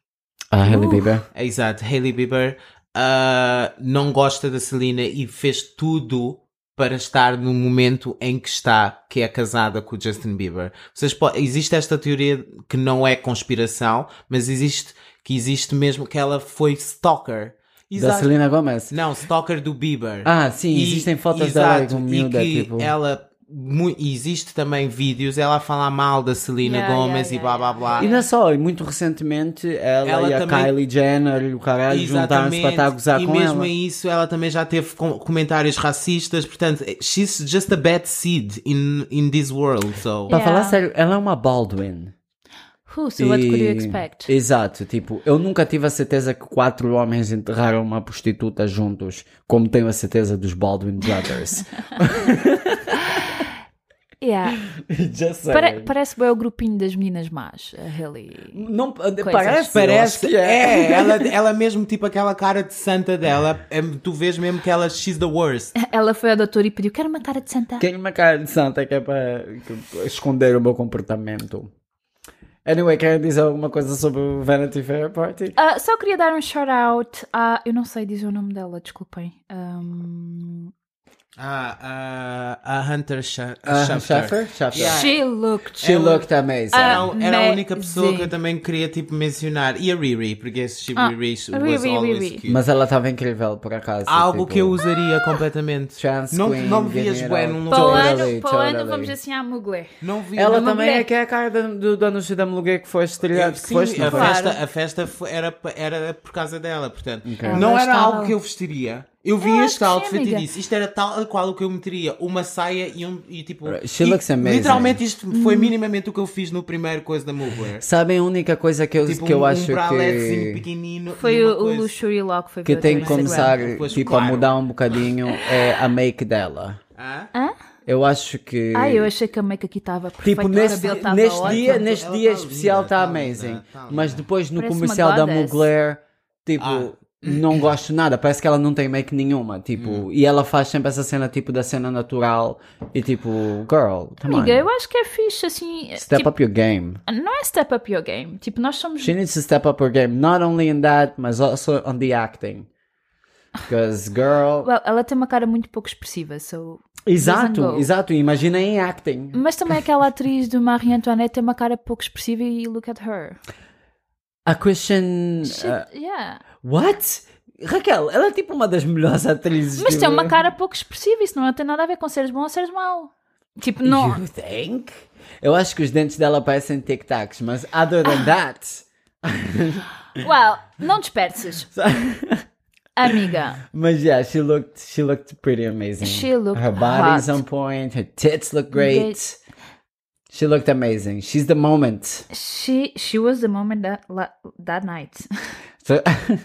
Speaker 1: A Hailey
Speaker 3: Uh.
Speaker 1: Bieber.
Speaker 2: É, Exato, Hailey Bieber ah, não gosta da Celina e fez tudo para estar no momento em que está, que é casada com o Justin Bieber. Vocês po- existe esta teoria que não é conspiração, mas existe que existe mesmo que ela foi stalker.
Speaker 1: Da Selena Gomez.
Speaker 2: Não, stalker do Bieber.
Speaker 1: Ah, sim,
Speaker 2: E-
Speaker 1: existem fotos dela
Speaker 2: exato,
Speaker 1: com miúda,
Speaker 2: e que
Speaker 1: tipo.
Speaker 2: ela mu- existe também vídeos ela a falar mal da Selena
Speaker 3: Yeah,
Speaker 2: Gomez
Speaker 3: yeah,
Speaker 2: e blá
Speaker 3: yeah,
Speaker 2: blá blá.
Speaker 1: E não é só, e muito recentemente ela,
Speaker 2: Ela
Speaker 1: e a
Speaker 2: também-
Speaker 1: Kylie Jenner e o caralho juntaram-se para estar a gozar
Speaker 2: e
Speaker 1: com
Speaker 2: mesmo
Speaker 1: ela.
Speaker 2: a isso ela também já teve com- comentários racistas, portanto, she's just a bad seed in, in this world, so.
Speaker 1: Para
Speaker 3: Yeah.
Speaker 1: falar sério, ela é uma Baldwin.
Speaker 3: Who, so what could you
Speaker 1: E-
Speaker 3: expect?
Speaker 1: Exato, tipo, eu nunca tive a certeza que quatro homens enterraram uma prostituta juntos, como tenho a certeza dos Baldwin Brothers.
Speaker 3: Yeah.
Speaker 1: Just saying.
Speaker 3: Pare- parece bem o grupinho das meninas más, uh, a Haley.
Speaker 1: Não, eh, parece,
Speaker 2: Parece
Speaker 1: eu acho que é.
Speaker 2: é, ela, ela mesmo, tipo, aquela cara de santa dela, é- tu vês mesmo que ela, she's the worst.
Speaker 3: Ela foi ao doutor e pediu, quero uma cara de santa.
Speaker 1: Tenho uma cara de santa que é para que- esconder o meu comportamento. Anyway, querem dizer alguma coisa sobre o Vanity Fair Party?
Speaker 3: Ah, só queria dar um shout out à. Eu não sei dizer o nome dela, desculpem. Ahm,
Speaker 2: Ah, a, a Hunter Sha-
Speaker 1: Ah,
Speaker 2: Shafter.
Speaker 1: Shafter.
Speaker 2: Yeah. É um
Speaker 3: She looked. um,
Speaker 1: She looked amazing.
Speaker 3: Ah.
Speaker 2: Era, um, era a única
Speaker 3: Amazing.
Speaker 2: pessoa que eu também queria, tipo, mencionar. E a Riri, porque esse she,
Speaker 3: Ah,
Speaker 2: Riri was
Speaker 3: Riri,
Speaker 2: always
Speaker 3: Riri.
Speaker 2: cute.
Speaker 1: Mas ela estava incrível, por acaso.
Speaker 2: Algo
Speaker 1: tipo,
Speaker 2: que eu usaria completamente.
Speaker 1: Trans
Speaker 2: não,
Speaker 1: queen,
Speaker 2: não vias
Speaker 1: give me
Speaker 2: bué
Speaker 1: it all.
Speaker 2: num
Speaker 3: Para o
Speaker 1: Totally,
Speaker 3: ano, para o ano
Speaker 1: totally.
Speaker 3: vamos assim à Muglé.
Speaker 2: Não vi
Speaker 1: Ela
Speaker 3: Uma
Speaker 1: também
Speaker 3: mulher.
Speaker 1: é que é a cara do, do, do anúncio da mulher que foi estreado. Que
Speaker 2: Sim, é
Speaker 1: foste, não
Speaker 2: a
Speaker 1: foi?
Speaker 3: Claro.
Speaker 2: festa, a festa foi- era, pa- era por causa dela, portanto.
Speaker 1: Ela
Speaker 2: Não era
Speaker 3: estava-
Speaker 2: algo que eu vestiria. Eu vi
Speaker 3: Eu acho
Speaker 2: este
Speaker 3: que sim,
Speaker 2: outfit e
Speaker 3: amiga.
Speaker 2: disse, isto era tal a qual o que eu meteria, uma saia e um e tipo.
Speaker 1: She
Speaker 2: e
Speaker 1: looks amazing.
Speaker 2: Literalmente isto foi minimamente o que eu fiz no primeiro coisa da Mugler.
Speaker 1: Sabem a única coisa que eu,
Speaker 2: Tipo
Speaker 1: que eu
Speaker 2: um,
Speaker 1: acho
Speaker 2: um braletezinho
Speaker 1: que,
Speaker 2: pequenino. e
Speaker 3: Foi
Speaker 2: uma
Speaker 3: o, o
Speaker 2: coisa-
Speaker 3: Luxury Law que foi
Speaker 1: que
Speaker 3: ver
Speaker 1: tem
Speaker 3: no
Speaker 1: que
Speaker 3: Instagram.
Speaker 1: começar
Speaker 2: Pois,
Speaker 1: tipo, a
Speaker 2: claro.
Speaker 1: mudar um bocadinho é a make dela.
Speaker 2: Hã?
Speaker 1: Eu acho que.
Speaker 3: Ah, eu achei que a make aqui estava perfeita.
Speaker 1: eh, Tipo,
Speaker 3: o
Speaker 1: neste,
Speaker 3: cabelo estava
Speaker 1: neste
Speaker 3: ótimo.
Speaker 1: dia, né? neste
Speaker 2: Ela
Speaker 1: dia
Speaker 2: tá
Speaker 1: especial
Speaker 2: linda,
Speaker 1: está
Speaker 2: tá linda,
Speaker 1: amazing.
Speaker 2: tá linda.
Speaker 1: mas depois no
Speaker 3: Parece uma
Speaker 1: comercial da
Speaker 3: goddess.
Speaker 1: Mugler, tipo,
Speaker 2: Ah.
Speaker 1: não gosto nada. Parece que ela não tem make nenhuma. Tipo,
Speaker 2: Hum.
Speaker 1: e ela faz sempre essa cena, tipo, da cena natural. E tipo, girl, come
Speaker 3: Amiga,
Speaker 1: on.
Speaker 3: eu acho que é fixe, assim.
Speaker 1: Step
Speaker 3: tipo,
Speaker 1: up your game.
Speaker 3: Não é step up your game. Tipo, nós somos.
Speaker 1: She needs to step up her game, not only in that, but also on the acting. Because, girl.
Speaker 3: Well, ela tem uma cara muito pouco expressiva, so.
Speaker 1: exato,
Speaker 3: doesn't go.
Speaker 1: exato. Imagina em acting.
Speaker 3: Mas também aquela atriz do Marie Antoinette tem uma cara pouco expressiva e look at her.
Speaker 1: A Christian.
Speaker 3: She-
Speaker 1: uh,
Speaker 3: yeah.
Speaker 1: what? Raquel, ela é tipo uma das melhores atrizes.
Speaker 3: Mas
Speaker 1: tipo-
Speaker 3: tem uma cara pouco expressiva, isso não tem nada a ver com seres bom ou seres mau. Tipo, não.
Speaker 1: You think? Eu acho que os dentes dela parecem tic-tacs, mas other
Speaker 3: Ah.
Speaker 1: than that.
Speaker 3: Well, não disperses. Amiga,
Speaker 1: Mas yeah, she looked she looked pretty amazing.
Speaker 3: She looked
Speaker 1: her body's
Speaker 3: hot.
Speaker 1: on point, her tits look great.
Speaker 3: Great.
Speaker 1: She looked amazing. She's the moment.
Speaker 3: she, she was the moment that, la- that night.
Speaker 1: Já-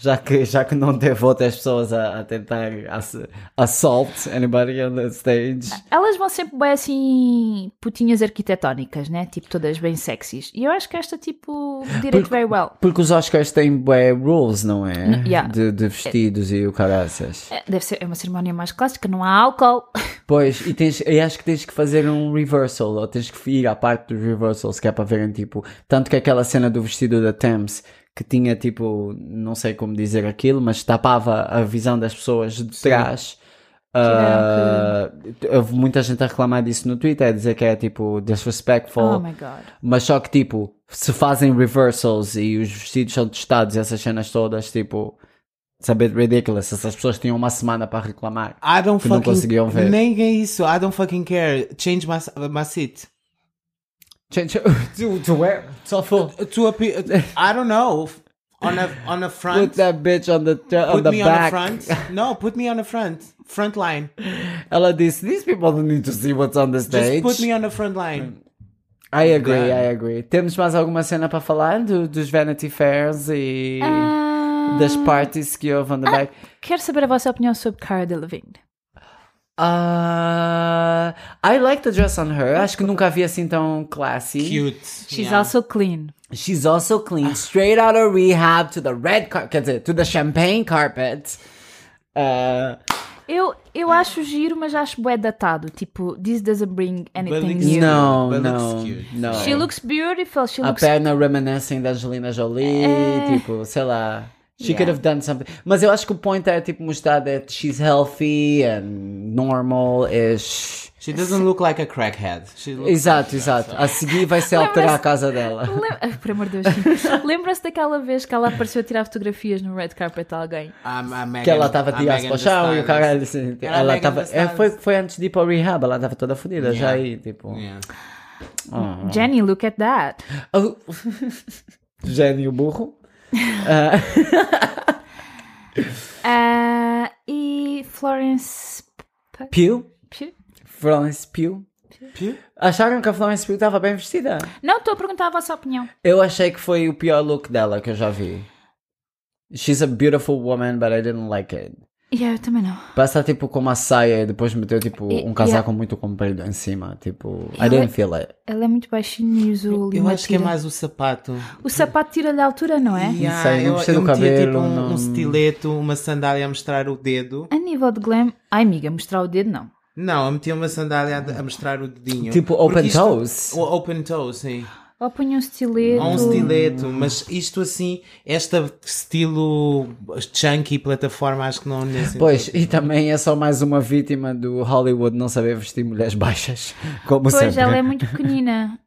Speaker 1: Já que, já que não teve outras pessoas a, a tentar ass assault anybody on the stage.
Speaker 3: Elas vão sempre bem assim, putinhas arquitetónicas, né? Tipo, todas bem sexys. E eu acho que esta, tipo, did it very well.
Speaker 1: Porque os Oscars têm bué rules, não é?
Speaker 3: yeah.
Speaker 1: de, de vestidos e o caraças.
Speaker 3: É, Deve ser é uma cerimónia mais clássica, não há álcool.
Speaker 1: Pois, e, tens, e acho que tens que fazer um reversal, ou tens que ir à parte dos reversals, que é para verem, tipo, tanto que aquela cena do vestido da Thames, que tinha, tipo, não sei como dizer aquilo, mas tapava a visão das pessoas de trás. Ah, houve muita gente a reclamar disso no Twitter, a dizer que é, tipo, disrespectful.
Speaker 3: Oh my god.
Speaker 1: Mas só que, tipo, se fazem reversals e os vestidos são testados, essas cenas todas, tipo, it's a bit ridiculous. Essas pessoas tinham uma semana para reclamar.
Speaker 2: I don't
Speaker 1: Que não
Speaker 2: fucking
Speaker 1: conseguiam ver.
Speaker 2: Nem é isso. I don't fucking care. Change my, my seat.
Speaker 1: Change to, to where? Só for.
Speaker 2: to appear. I don't know. On a on a front.
Speaker 1: Put that bitch on the, on
Speaker 2: Put
Speaker 1: the
Speaker 2: me
Speaker 1: back.
Speaker 2: on the front. No, put me on the front. Front line.
Speaker 1: Ela disse, these people don't need to see what's on the
Speaker 2: Just
Speaker 1: stage.
Speaker 2: put me on the front line.
Speaker 1: I agree,
Speaker 2: Grande.
Speaker 1: I agree. Temos mais alguma cena para falar do- dos Vanity Fairs e
Speaker 3: Ah,
Speaker 1: das parties que houve on the back?
Speaker 3: Quero saber a vossa opinião sobre Cara Delevingne.
Speaker 1: Ah, I like the dress on her. Acho que nunca vi assim tão classy.
Speaker 2: Cute.
Speaker 3: She's
Speaker 2: yeah.
Speaker 3: also clean.
Speaker 1: She's also clean, straight out of rehab to the red carpet, quer dizer, to the champagne carpet. Ah,
Speaker 3: Eu, eu acho giro, mas acho bué datado. Tipo, this doesn't bring anything
Speaker 2: looks
Speaker 3: new.
Speaker 2: cute.
Speaker 1: não,
Speaker 2: But looks
Speaker 1: não,
Speaker 2: cute.
Speaker 1: não.
Speaker 3: She looks beautiful, she
Speaker 1: a
Speaker 3: looks
Speaker 1: perna reminiscing da Angelina Jolie,
Speaker 2: É.
Speaker 1: tipo, sei lá. She could
Speaker 3: Yeah.
Speaker 1: have done something. Mas eu acho que o point é tipo mostrar that she's healthy and normal-ish.
Speaker 2: She doesn't look like a crackhead. She looks
Speaker 1: Exato, exato. A seguir vai ser alterar a casa dela.
Speaker 3: Lem- Ai, Por amor de Deus, sim. lembra-se daquela vez que ela apareceu a tirar fotografias no red carpet a alguém?
Speaker 2: A, a Megan,
Speaker 1: Que ela estava
Speaker 2: a
Speaker 1: tirada
Speaker 2: Megan
Speaker 1: para o
Speaker 2: Thee
Speaker 1: chão e o
Speaker 2: Stallion.
Speaker 1: caralho assim.
Speaker 2: Era a
Speaker 1: Ela
Speaker 2: Megan
Speaker 1: estava.
Speaker 2: Thee
Speaker 1: é, foi,
Speaker 2: Stallion.
Speaker 1: foi antes de ir para o rehab, ela estava toda fodida já
Speaker 2: Yeah.
Speaker 1: aí, tipo.
Speaker 2: Yeah.
Speaker 1: oh.
Speaker 3: Jenny, look at that.
Speaker 1: Oh. Gênio burro.
Speaker 3: Ah, e Florence
Speaker 1: Pio.
Speaker 3: Pugh?
Speaker 1: Florence Pio. Acharam que a Florence Pio estava bem vestida?
Speaker 3: Não, estou a perguntar a vossa opinião.
Speaker 1: Eu achei que foi o pior look dela que eu já vi. She's a beautiful woman, but I didn't like it.
Speaker 3: Yeah, eu também não.
Speaker 1: Passa tipo com uma saia e depois meteu tipo
Speaker 3: E-
Speaker 1: um casaco muito comprido em cima. Tipo, I
Speaker 3: Eu-
Speaker 1: didn't feel it.
Speaker 3: Ela é muito baixinha e usa o
Speaker 2: Eu
Speaker 3: lima
Speaker 2: acho que é
Speaker 3: tira.
Speaker 2: mais o sapato.
Speaker 3: O sapato tira-lhe a altura, não é?
Speaker 2: Yeah,
Speaker 1: sei, não
Speaker 2: eu,
Speaker 1: gostei
Speaker 2: eu
Speaker 1: do
Speaker 2: metia,
Speaker 1: cabelo,
Speaker 2: tipo um,
Speaker 1: não-
Speaker 2: um estileto, uma sandália a mostrar o dedo.
Speaker 3: A nível de glam... Ai, amiga, mostrar o dedo, não.
Speaker 2: Não, eu metia uma sandália a, a mostrar o dedinho.
Speaker 1: Tipo
Speaker 2: Porque
Speaker 1: open
Speaker 2: isto-
Speaker 1: toes?
Speaker 2: O open toe, sim.
Speaker 3: Ou põe um estileto.
Speaker 2: Ou um estileto, mas isto assim, este estilo chunky plataforma, acho que não é assim.
Speaker 1: Pois, e também é só mais uma vítima do Hollywood não saber vestir mulheres baixas. Como
Speaker 3: Pois,
Speaker 1: sempre.
Speaker 3: ela é muito pequenina.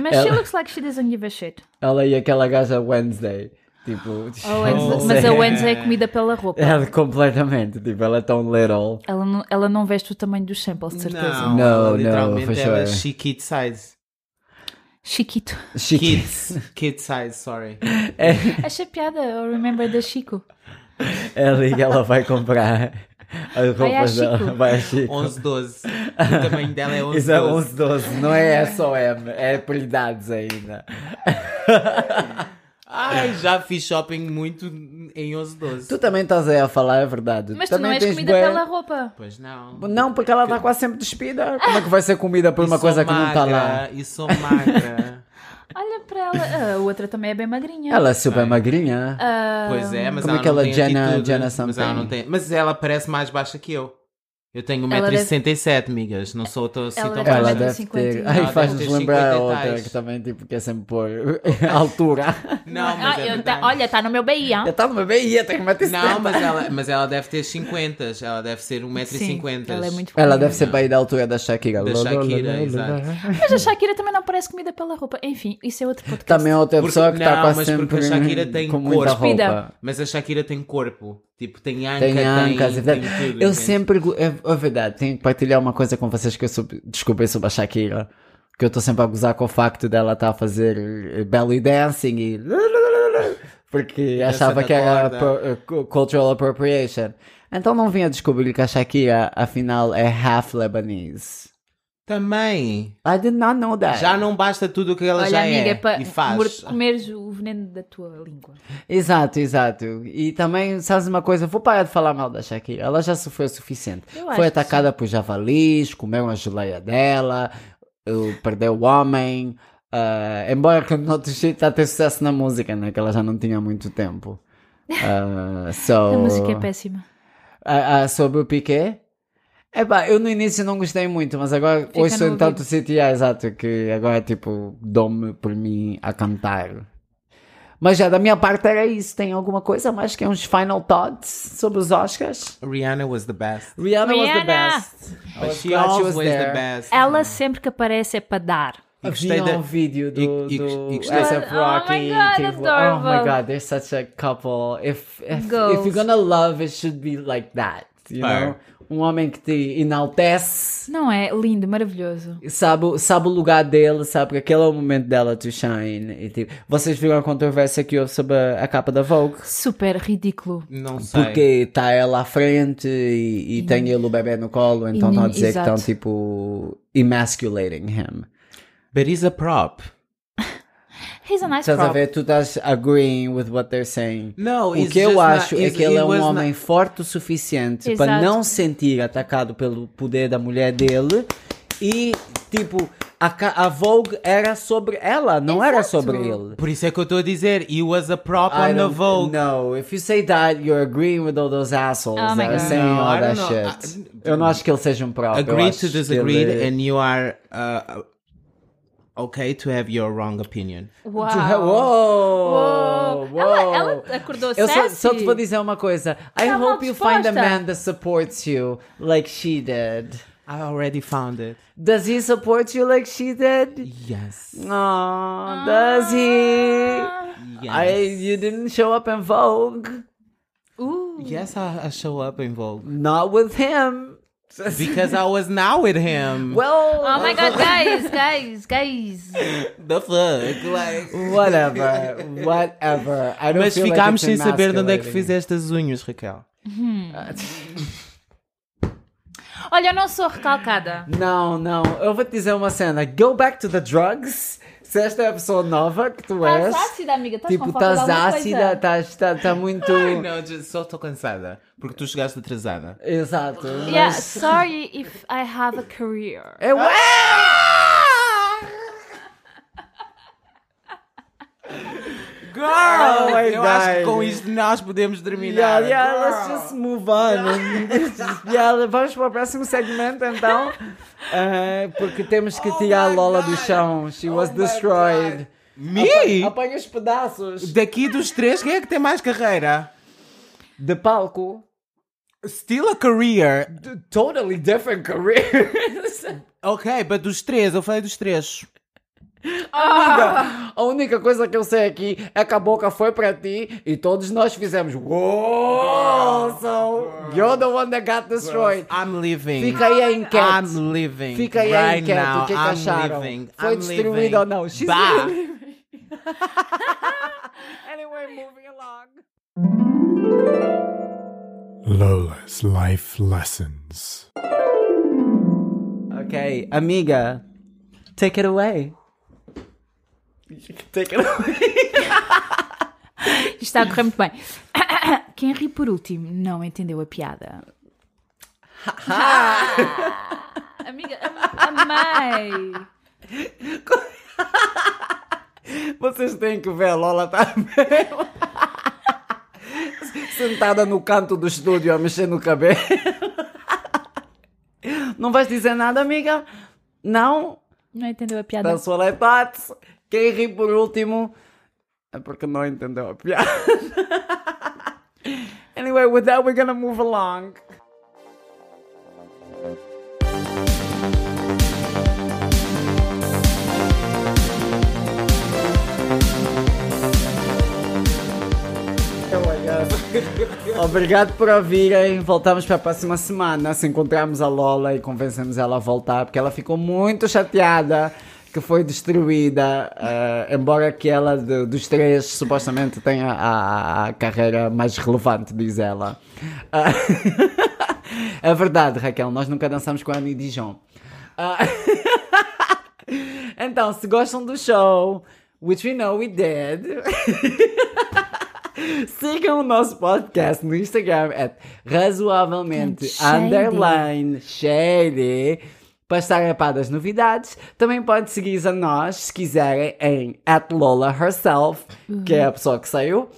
Speaker 3: Mas she
Speaker 1: Ela-
Speaker 3: looks like she doesn't give a shit.
Speaker 1: Ela e aquela gaja Wednesday. Tipo,
Speaker 3: A Oh, Wednesday-
Speaker 1: não
Speaker 3: Mas
Speaker 1: sei.
Speaker 3: a Wednesday é comida pela roupa.
Speaker 1: Ela completamente, tipo, ela é tão little.
Speaker 3: Ela não, ela não veste o tamanho dos samples, de certeza.
Speaker 2: Não,
Speaker 1: No,
Speaker 2: ela
Speaker 1: no,
Speaker 2: literalmente
Speaker 1: for
Speaker 2: ela é
Speaker 1: sure.
Speaker 2: she kid size.
Speaker 3: Chiquito.
Speaker 1: Chique.
Speaker 2: Kids. kid size, sorry.
Speaker 3: Achei piada, eu remember da Chico.
Speaker 1: Ela e ela vai comprar as
Speaker 3: Vai à
Speaker 1: roupas dela.
Speaker 3: Chico.
Speaker 1: Vai a Chico.
Speaker 2: 11, 12. O tamanho dela é 11,
Speaker 1: Isso é
Speaker 2: 12.
Speaker 1: 11, 12, não é SOM, é prioridades ainda.
Speaker 2: Ai, já fiz shopping muito em 11, 12.
Speaker 1: Tu também estás aí a falar, é verdade.
Speaker 3: Mas tu
Speaker 1: também
Speaker 3: não és
Speaker 1: tens
Speaker 3: comida
Speaker 1: bué-
Speaker 3: pela roupa.
Speaker 2: Pois não.
Speaker 1: Não, porque ela está quase sempre despida. Como é que vai ser comida por
Speaker 2: E
Speaker 1: uma
Speaker 2: sou
Speaker 1: coisa que não está lá?
Speaker 2: magra, E sou magra.
Speaker 3: Olha para ela. Ah, A outra também é bem magrinha.
Speaker 1: Ela é super magrinha.
Speaker 3: Ah,
Speaker 2: pois é, mas
Speaker 1: Como
Speaker 2: ela
Speaker 1: é que ela
Speaker 2: não tem
Speaker 1: Jenna-
Speaker 2: atitude,
Speaker 1: Jenna
Speaker 2: mas ela não
Speaker 1: something?
Speaker 2: tem. Mas ela parece mais baixa que eu. Eu tenho
Speaker 3: Ela deve-
Speaker 2: 1,67m, amigas. Não sou tão, assim
Speaker 3: Ela
Speaker 2: tão
Speaker 3: deve-
Speaker 1: Ela
Speaker 2: baixa.
Speaker 3: tem
Speaker 1: deve
Speaker 3: 50
Speaker 1: ter.
Speaker 3: e-
Speaker 1: Aí
Speaker 2: Ela
Speaker 1: faz-nos
Speaker 2: deve ter
Speaker 1: lembrar
Speaker 2: 50
Speaker 1: a
Speaker 2: e
Speaker 1: outra
Speaker 2: tais.
Speaker 1: que também tipo, quer sempre pôr a altura.
Speaker 2: Não,
Speaker 3: ah,
Speaker 2: mas é
Speaker 3: eu
Speaker 2: verdade.
Speaker 3: tá- olha, tá no meu BI. ah.
Speaker 1: Eu estava no bem ia ter que meter
Speaker 2: Não, mas ela, mas ela deve ter 50. Ela deve ser 1,50m.
Speaker 3: Sim, ela é muito
Speaker 1: Ela
Speaker 3: pequenina.
Speaker 1: deve ser para ir da altura da Shakira.
Speaker 2: Da Shakira, exato.
Speaker 3: Mas a Shakira também não parece comida pela roupa. Enfim, isso é outro podcast.
Speaker 1: Também é outra
Speaker 2: Porque-
Speaker 1: pessoa que está
Speaker 2: não,
Speaker 1: quase
Speaker 2: mas porque
Speaker 1: sempre
Speaker 2: a Shakira tem
Speaker 1: com muita
Speaker 2: corpo.
Speaker 1: roupa.
Speaker 2: Mas a Shakira tem corpo. Tipo, tem anca, tem,
Speaker 1: Tem ancas, é
Speaker 2: tem
Speaker 1: verdade.
Speaker 2: tudo.
Speaker 1: Eu
Speaker 2: entende?
Speaker 1: sempre. go- É, é verdade, tenho que partilhar uma coisa com vocês que eu soube- descobri sobre a Shakira. Que eu estou sempre a gozar com o facto dela estar a fazer eh, belly dancing e. Porque achava
Speaker 2: da
Speaker 1: que era
Speaker 2: corda.
Speaker 1: appro- eh, cu- cultural appropriation. Então não vim a descobrir que a Shakira, afinal, é half Lebanese.
Speaker 2: Também.
Speaker 1: I did not know that.
Speaker 2: Já não basta tudo o que ela
Speaker 3: Olha,
Speaker 2: já
Speaker 3: amiga,
Speaker 2: é.
Speaker 3: é para
Speaker 2: E faz.
Speaker 3: mor- comeres o veneno da tua língua.
Speaker 1: Exato, exato. E também, sabes uma coisa? Vou parar de falar mal da Shakira. Ela já sofreu o suficiente.
Speaker 3: Eu acho
Speaker 1: Foi
Speaker 3: que
Speaker 1: atacada por javalis, comeram a geleia dela, eh, perdeu o homem. ah, embora que não está a ter sucesso na música, né? Que ela já não tinha muito tempo. Ah, so,
Speaker 3: A música é péssima.
Speaker 1: Ah, ah, sobre o Piquet? Epá, eu no início não gostei muito, mas agora
Speaker 3: Fica
Speaker 1: ouço
Speaker 3: no
Speaker 1: em tanto
Speaker 3: ouvido.
Speaker 1: sítio, ah, exato, que agora tipo dou-me por mim a cantar. Mas já da minha parte era isso. Tem alguma coisa mais que é uns final thoughts sobre os Oscars?
Speaker 2: Rihanna was the best.
Speaker 1: Rihanna, was the
Speaker 3: Rihanna!
Speaker 1: best. I
Speaker 2: But
Speaker 1: was
Speaker 2: she
Speaker 1: glad she
Speaker 2: always
Speaker 1: was
Speaker 2: the
Speaker 1: there.
Speaker 2: best.
Speaker 3: Ela sempre que aparece é para dar.
Speaker 2: E
Speaker 1: Havia
Speaker 2: gostei
Speaker 1: um
Speaker 2: da...
Speaker 1: vídeo do,
Speaker 2: e- e-
Speaker 1: do
Speaker 2: e gostei-
Speaker 1: ASAP
Speaker 3: Oh my
Speaker 1: Rocky.
Speaker 3: God,
Speaker 1: tipo, oh my
Speaker 3: adorable.
Speaker 1: god, they're such a couple. If, if, if
Speaker 3: Goals.
Speaker 1: you're gonna love, it should be like that. You
Speaker 2: Par.
Speaker 1: know? Um homem que te enaltece.
Speaker 3: Não é? Lindo, maravilhoso.
Speaker 1: sabe, o- sabe o lugar dele, sabe que aquele é o momento dela to shine. E, tipo, vocês viram a controvérsia que houve sobre a, a capa da Vogue?
Speaker 3: Super ridículo.
Speaker 2: Não sei.
Speaker 1: Porque está ela à frente e, e tem ele o bebê no colo, então estão a
Speaker 3: nem-
Speaker 1: dizer que estão
Speaker 3: exato.
Speaker 1: tipo emasculating him.
Speaker 2: But he's a prop.
Speaker 3: He's a nice
Speaker 1: Estás a
Speaker 3: prop.
Speaker 1: ver, tu estás agreeing with what they're saying.
Speaker 2: No,
Speaker 1: O que eu acho é que ele é um homem forte o suficiente para
Speaker 3: Exato.
Speaker 1: não se sentir atacado pelo poder da mulher dele e, tipo, a, ca- a Vogue era sobre ela, não era
Speaker 3: Exato.
Speaker 1: sobre ele.
Speaker 2: Por isso é que eu estou a dizer, he was a prop
Speaker 1: I
Speaker 2: on the
Speaker 1: don't-
Speaker 2: Vogue.
Speaker 1: No, if you say that, you're agreeing with all those assholes
Speaker 3: Oh my
Speaker 1: that are
Speaker 3: God.
Speaker 1: saying
Speaker 2: No,
Speaker 1: all
Speaker 2: I
Speaker 1: that
Speaker 2: don't know.
Speaker 1: shit. eu não acho que ele seja um próprio. eu
Speaker 2: Agreed
Speaker 1: acho
Speaker 2: to
Speaker 1: que
Speaker 2: disagree,
Speaker 1: ele-
Speaker 2: and you are uh, okay to have your wrong opinion.
Speaker 3: Uau.
Speaker 1: To her- Uou!
Speaker 3: Uou. Ela-
Speaker 1: uou.
Speaker 3: ela acordou
Speaker 1: Eu só,
Speaker 3: sassy.
Speaker 1: só te vou dizer uma coisa. I
Speaker 3: Tá mal
Speaker 1: hope you find a
Speaker 3: disposta.
Speaker 1: man that supports you like she did.
Speaker 2: I already found it.
Speaker 1: Does he support you like she did?
Speaker 2: Yes.
Speaker 1: Aw, does he?
Speaker 3: Ah.
Speaker 2: Yes.
Speaker 1: I, you didn't show up in Vogue.
Speaker 3: Uh,
Speaker 2: yes, I, I show up in Vogue
Speaker 1: Not with him.
Speaker 2: because I was not with him.
Speaker 1: Well,
Speaker 3: Oh my god, guys, guys, guys.
Speaker 2: the fuck, like.
Speaker 1: whatever, whatever. I don't
Speaker 2: Mas
Speaker 1: feel like it's
Speaker 2: ficámos sem saber de onde é que
Speaker 1: emasculating.
Speaker 2: fizeste as unhas, Raquel.
Speaker 3: Olha, eu não sou recalcada.
Speaker 1: Não, não. Eu vou te dizer uma cena. Go back to the drugs. Se esta é a pessoa nova que tu és.
Speaker 3: Estás ácida, amiga. Estás
Speaker 1: Tipo,
Speaker 3: com falta de
Speaker 1: estás
Speaker 3: alguma
Speaker 1: ácida,
Speaker 3: coisa?
Speaker 1: estás tá, tá muito.
Speaker 2: Não, just- só estou cansada. Porque tu chegaste atrasada.
Speaker 1: Exato.
Speaker 3: Yeah,
Speaker 1: Mas...
Speaker 3: sorry if I have a career.
Speaker 1: É ué!
Speaker 2: Girl!
Speaker 1: Oh my
Speaker 2: eu acho que
Speaker 1: God.
Speaker 2: com isto nós podemos terminar.
Speaker 1: Yeah, yeah,
Speaker 2: Girl.
Speaker 1: let's just move on. yeah, vamos para o próximo segmento então. Eh, porque temos que tirar a
Speaker 2: my
Speaker 1: Lola do
Speaker 2: God.
Speaker 1: chão. She was
Speaker 2: my
Speaker 1: destroyed.
Speaker 2: Me?
Speaker 1: Apa- Apanha os pedaços.
Speaker 2: Daqui dos três, quem é que tem mais carreira?
Speaker 1: De palco.
Speaker 2: Still a career.
Speaker 1: Totally different careers.
Speaker 2: Ok, mas dos três, eu falei dos três.
Speaker 1: A única coisa que eu sei aqui é que a boca foi pra ti e todos nós fizemos. Oh, Uou! So, you're the one that got destroyed.
Speaker 2: I'm leaving.
Speaker 1: Fica aí a enquete.
Speaker 2: I'm leaving.
Speaker 1: Fica aí a
Speaker 2: right
Speaker 1: enquete.
Speaker 2: now.
Speaker 1: O que, que
Speaker 2: I'm
Speaker 1: acharam?
Speaker 2: leaving.
Speaker 1: Foi
Speaker 2: I'm
Speaker 1: destruída
Speaker 2: leaving.
Speaker 1: ou não? She's
Speaker 2: Bah.
Speaker 1: anyway, moving along.
Speaker 4: Lola's Life Lessons.
Speaker 1: Ok, amiga, take it away. Take it away.
Speaker 3: Isto está a correr muito bem. Quem ri por último não entendeu a piada. Ah, amiga, am- amei.
Speaker 1: Vocês têm que ver a Lola tá também. Sentada no canto do estúdio a mexer no cabelo. Não vais dizer nada, amiga? Não?
Speaker 3: Não entendeu a piada.
Speaker 1: Da sua leitote. Quem ri por último é porque não entendeu a piada. Anyway, with that, we're gonna move along. Obrigado por ouvirem. Voltamos para a próxima semana. Se encontrarmos a Lola e convencemos ela a voltar, porque ela ficou muito chateada que foi destruída. eh, embora que ela, de- dos três, supostamente tenha a, a- a carreira mais relevante, diz ela. Ah, é verdade, Raquel. Nós nunca dançamos com a Annie Dijon. Ah, então, se gostam do show, which we know we did. Sigam o nosso podcast no Instagram at razoavelmente
Speaker 3: Shady.
Speaker 1: underline shady para estarem a par das novidades. Também podem seguir a nós, se quiserem, em at Lola herself, que é a pessoa que saiu,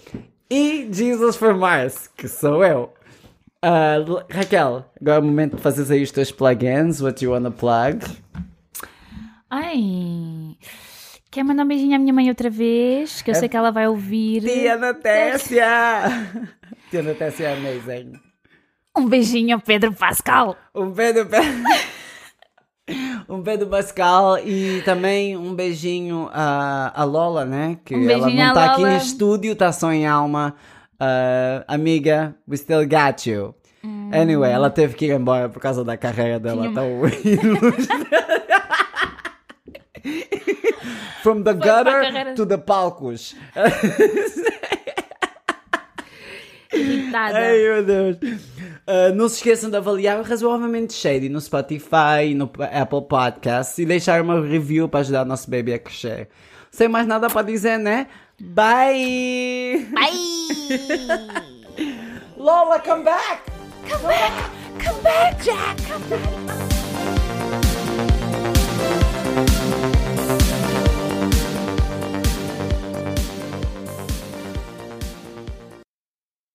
Speaker 1: e Jesus for Mars, que sou eu. Ah, L- Raquel, agora é o momento de fazeres aí os teus plugins, what you wanna plug.
Speaker 3: Ai. Quer mandar um beijinho à minha mãe outra vez? Que eu sei que ela vai ouvir.
Speaker 1: Tia Natécia! Tia Natécia é amazing.
Speaker 3: Um beijinho ao Pedro Pascal.
Speaker 1: Um beijo pra... Um beijo Pascal e também um beijinho à, à Lola, né? Que
Speaker 3: Um
Speaker 1: ela
Speaker 3: beijinho
Speaker 1: não
Speaker 3: à
Speaker 1: tá aqui
Speaker 3: Lola.
Speaker 1: em estúdio, tá só em alma. Ah, amiga, we still got you. Anyway, ela teve que ir embora por causa da carreira dela
Speaker 3: Hum. Tinha uma-
Speaker 1: tão From the
Speaker 3: pra
Speaker 1: gutter
Speaker 3: carreira.
Speaker 1: to the palcos.
Speaker 3: Irritada.
Speaker 1: Ai, meu Deus. Ah, não se esqueçam de avaliar o razoavelmente shady no Spotify, no P- Apple Podcasts e deixar uma review para ajudar o nosso bebê a crescer. Sem mais nada para dizer, né? Bye!
Speaker 3: Bye!
Speaker 1: Lola, come back!
Speaker 3: come back! Come back, Jack! Come back!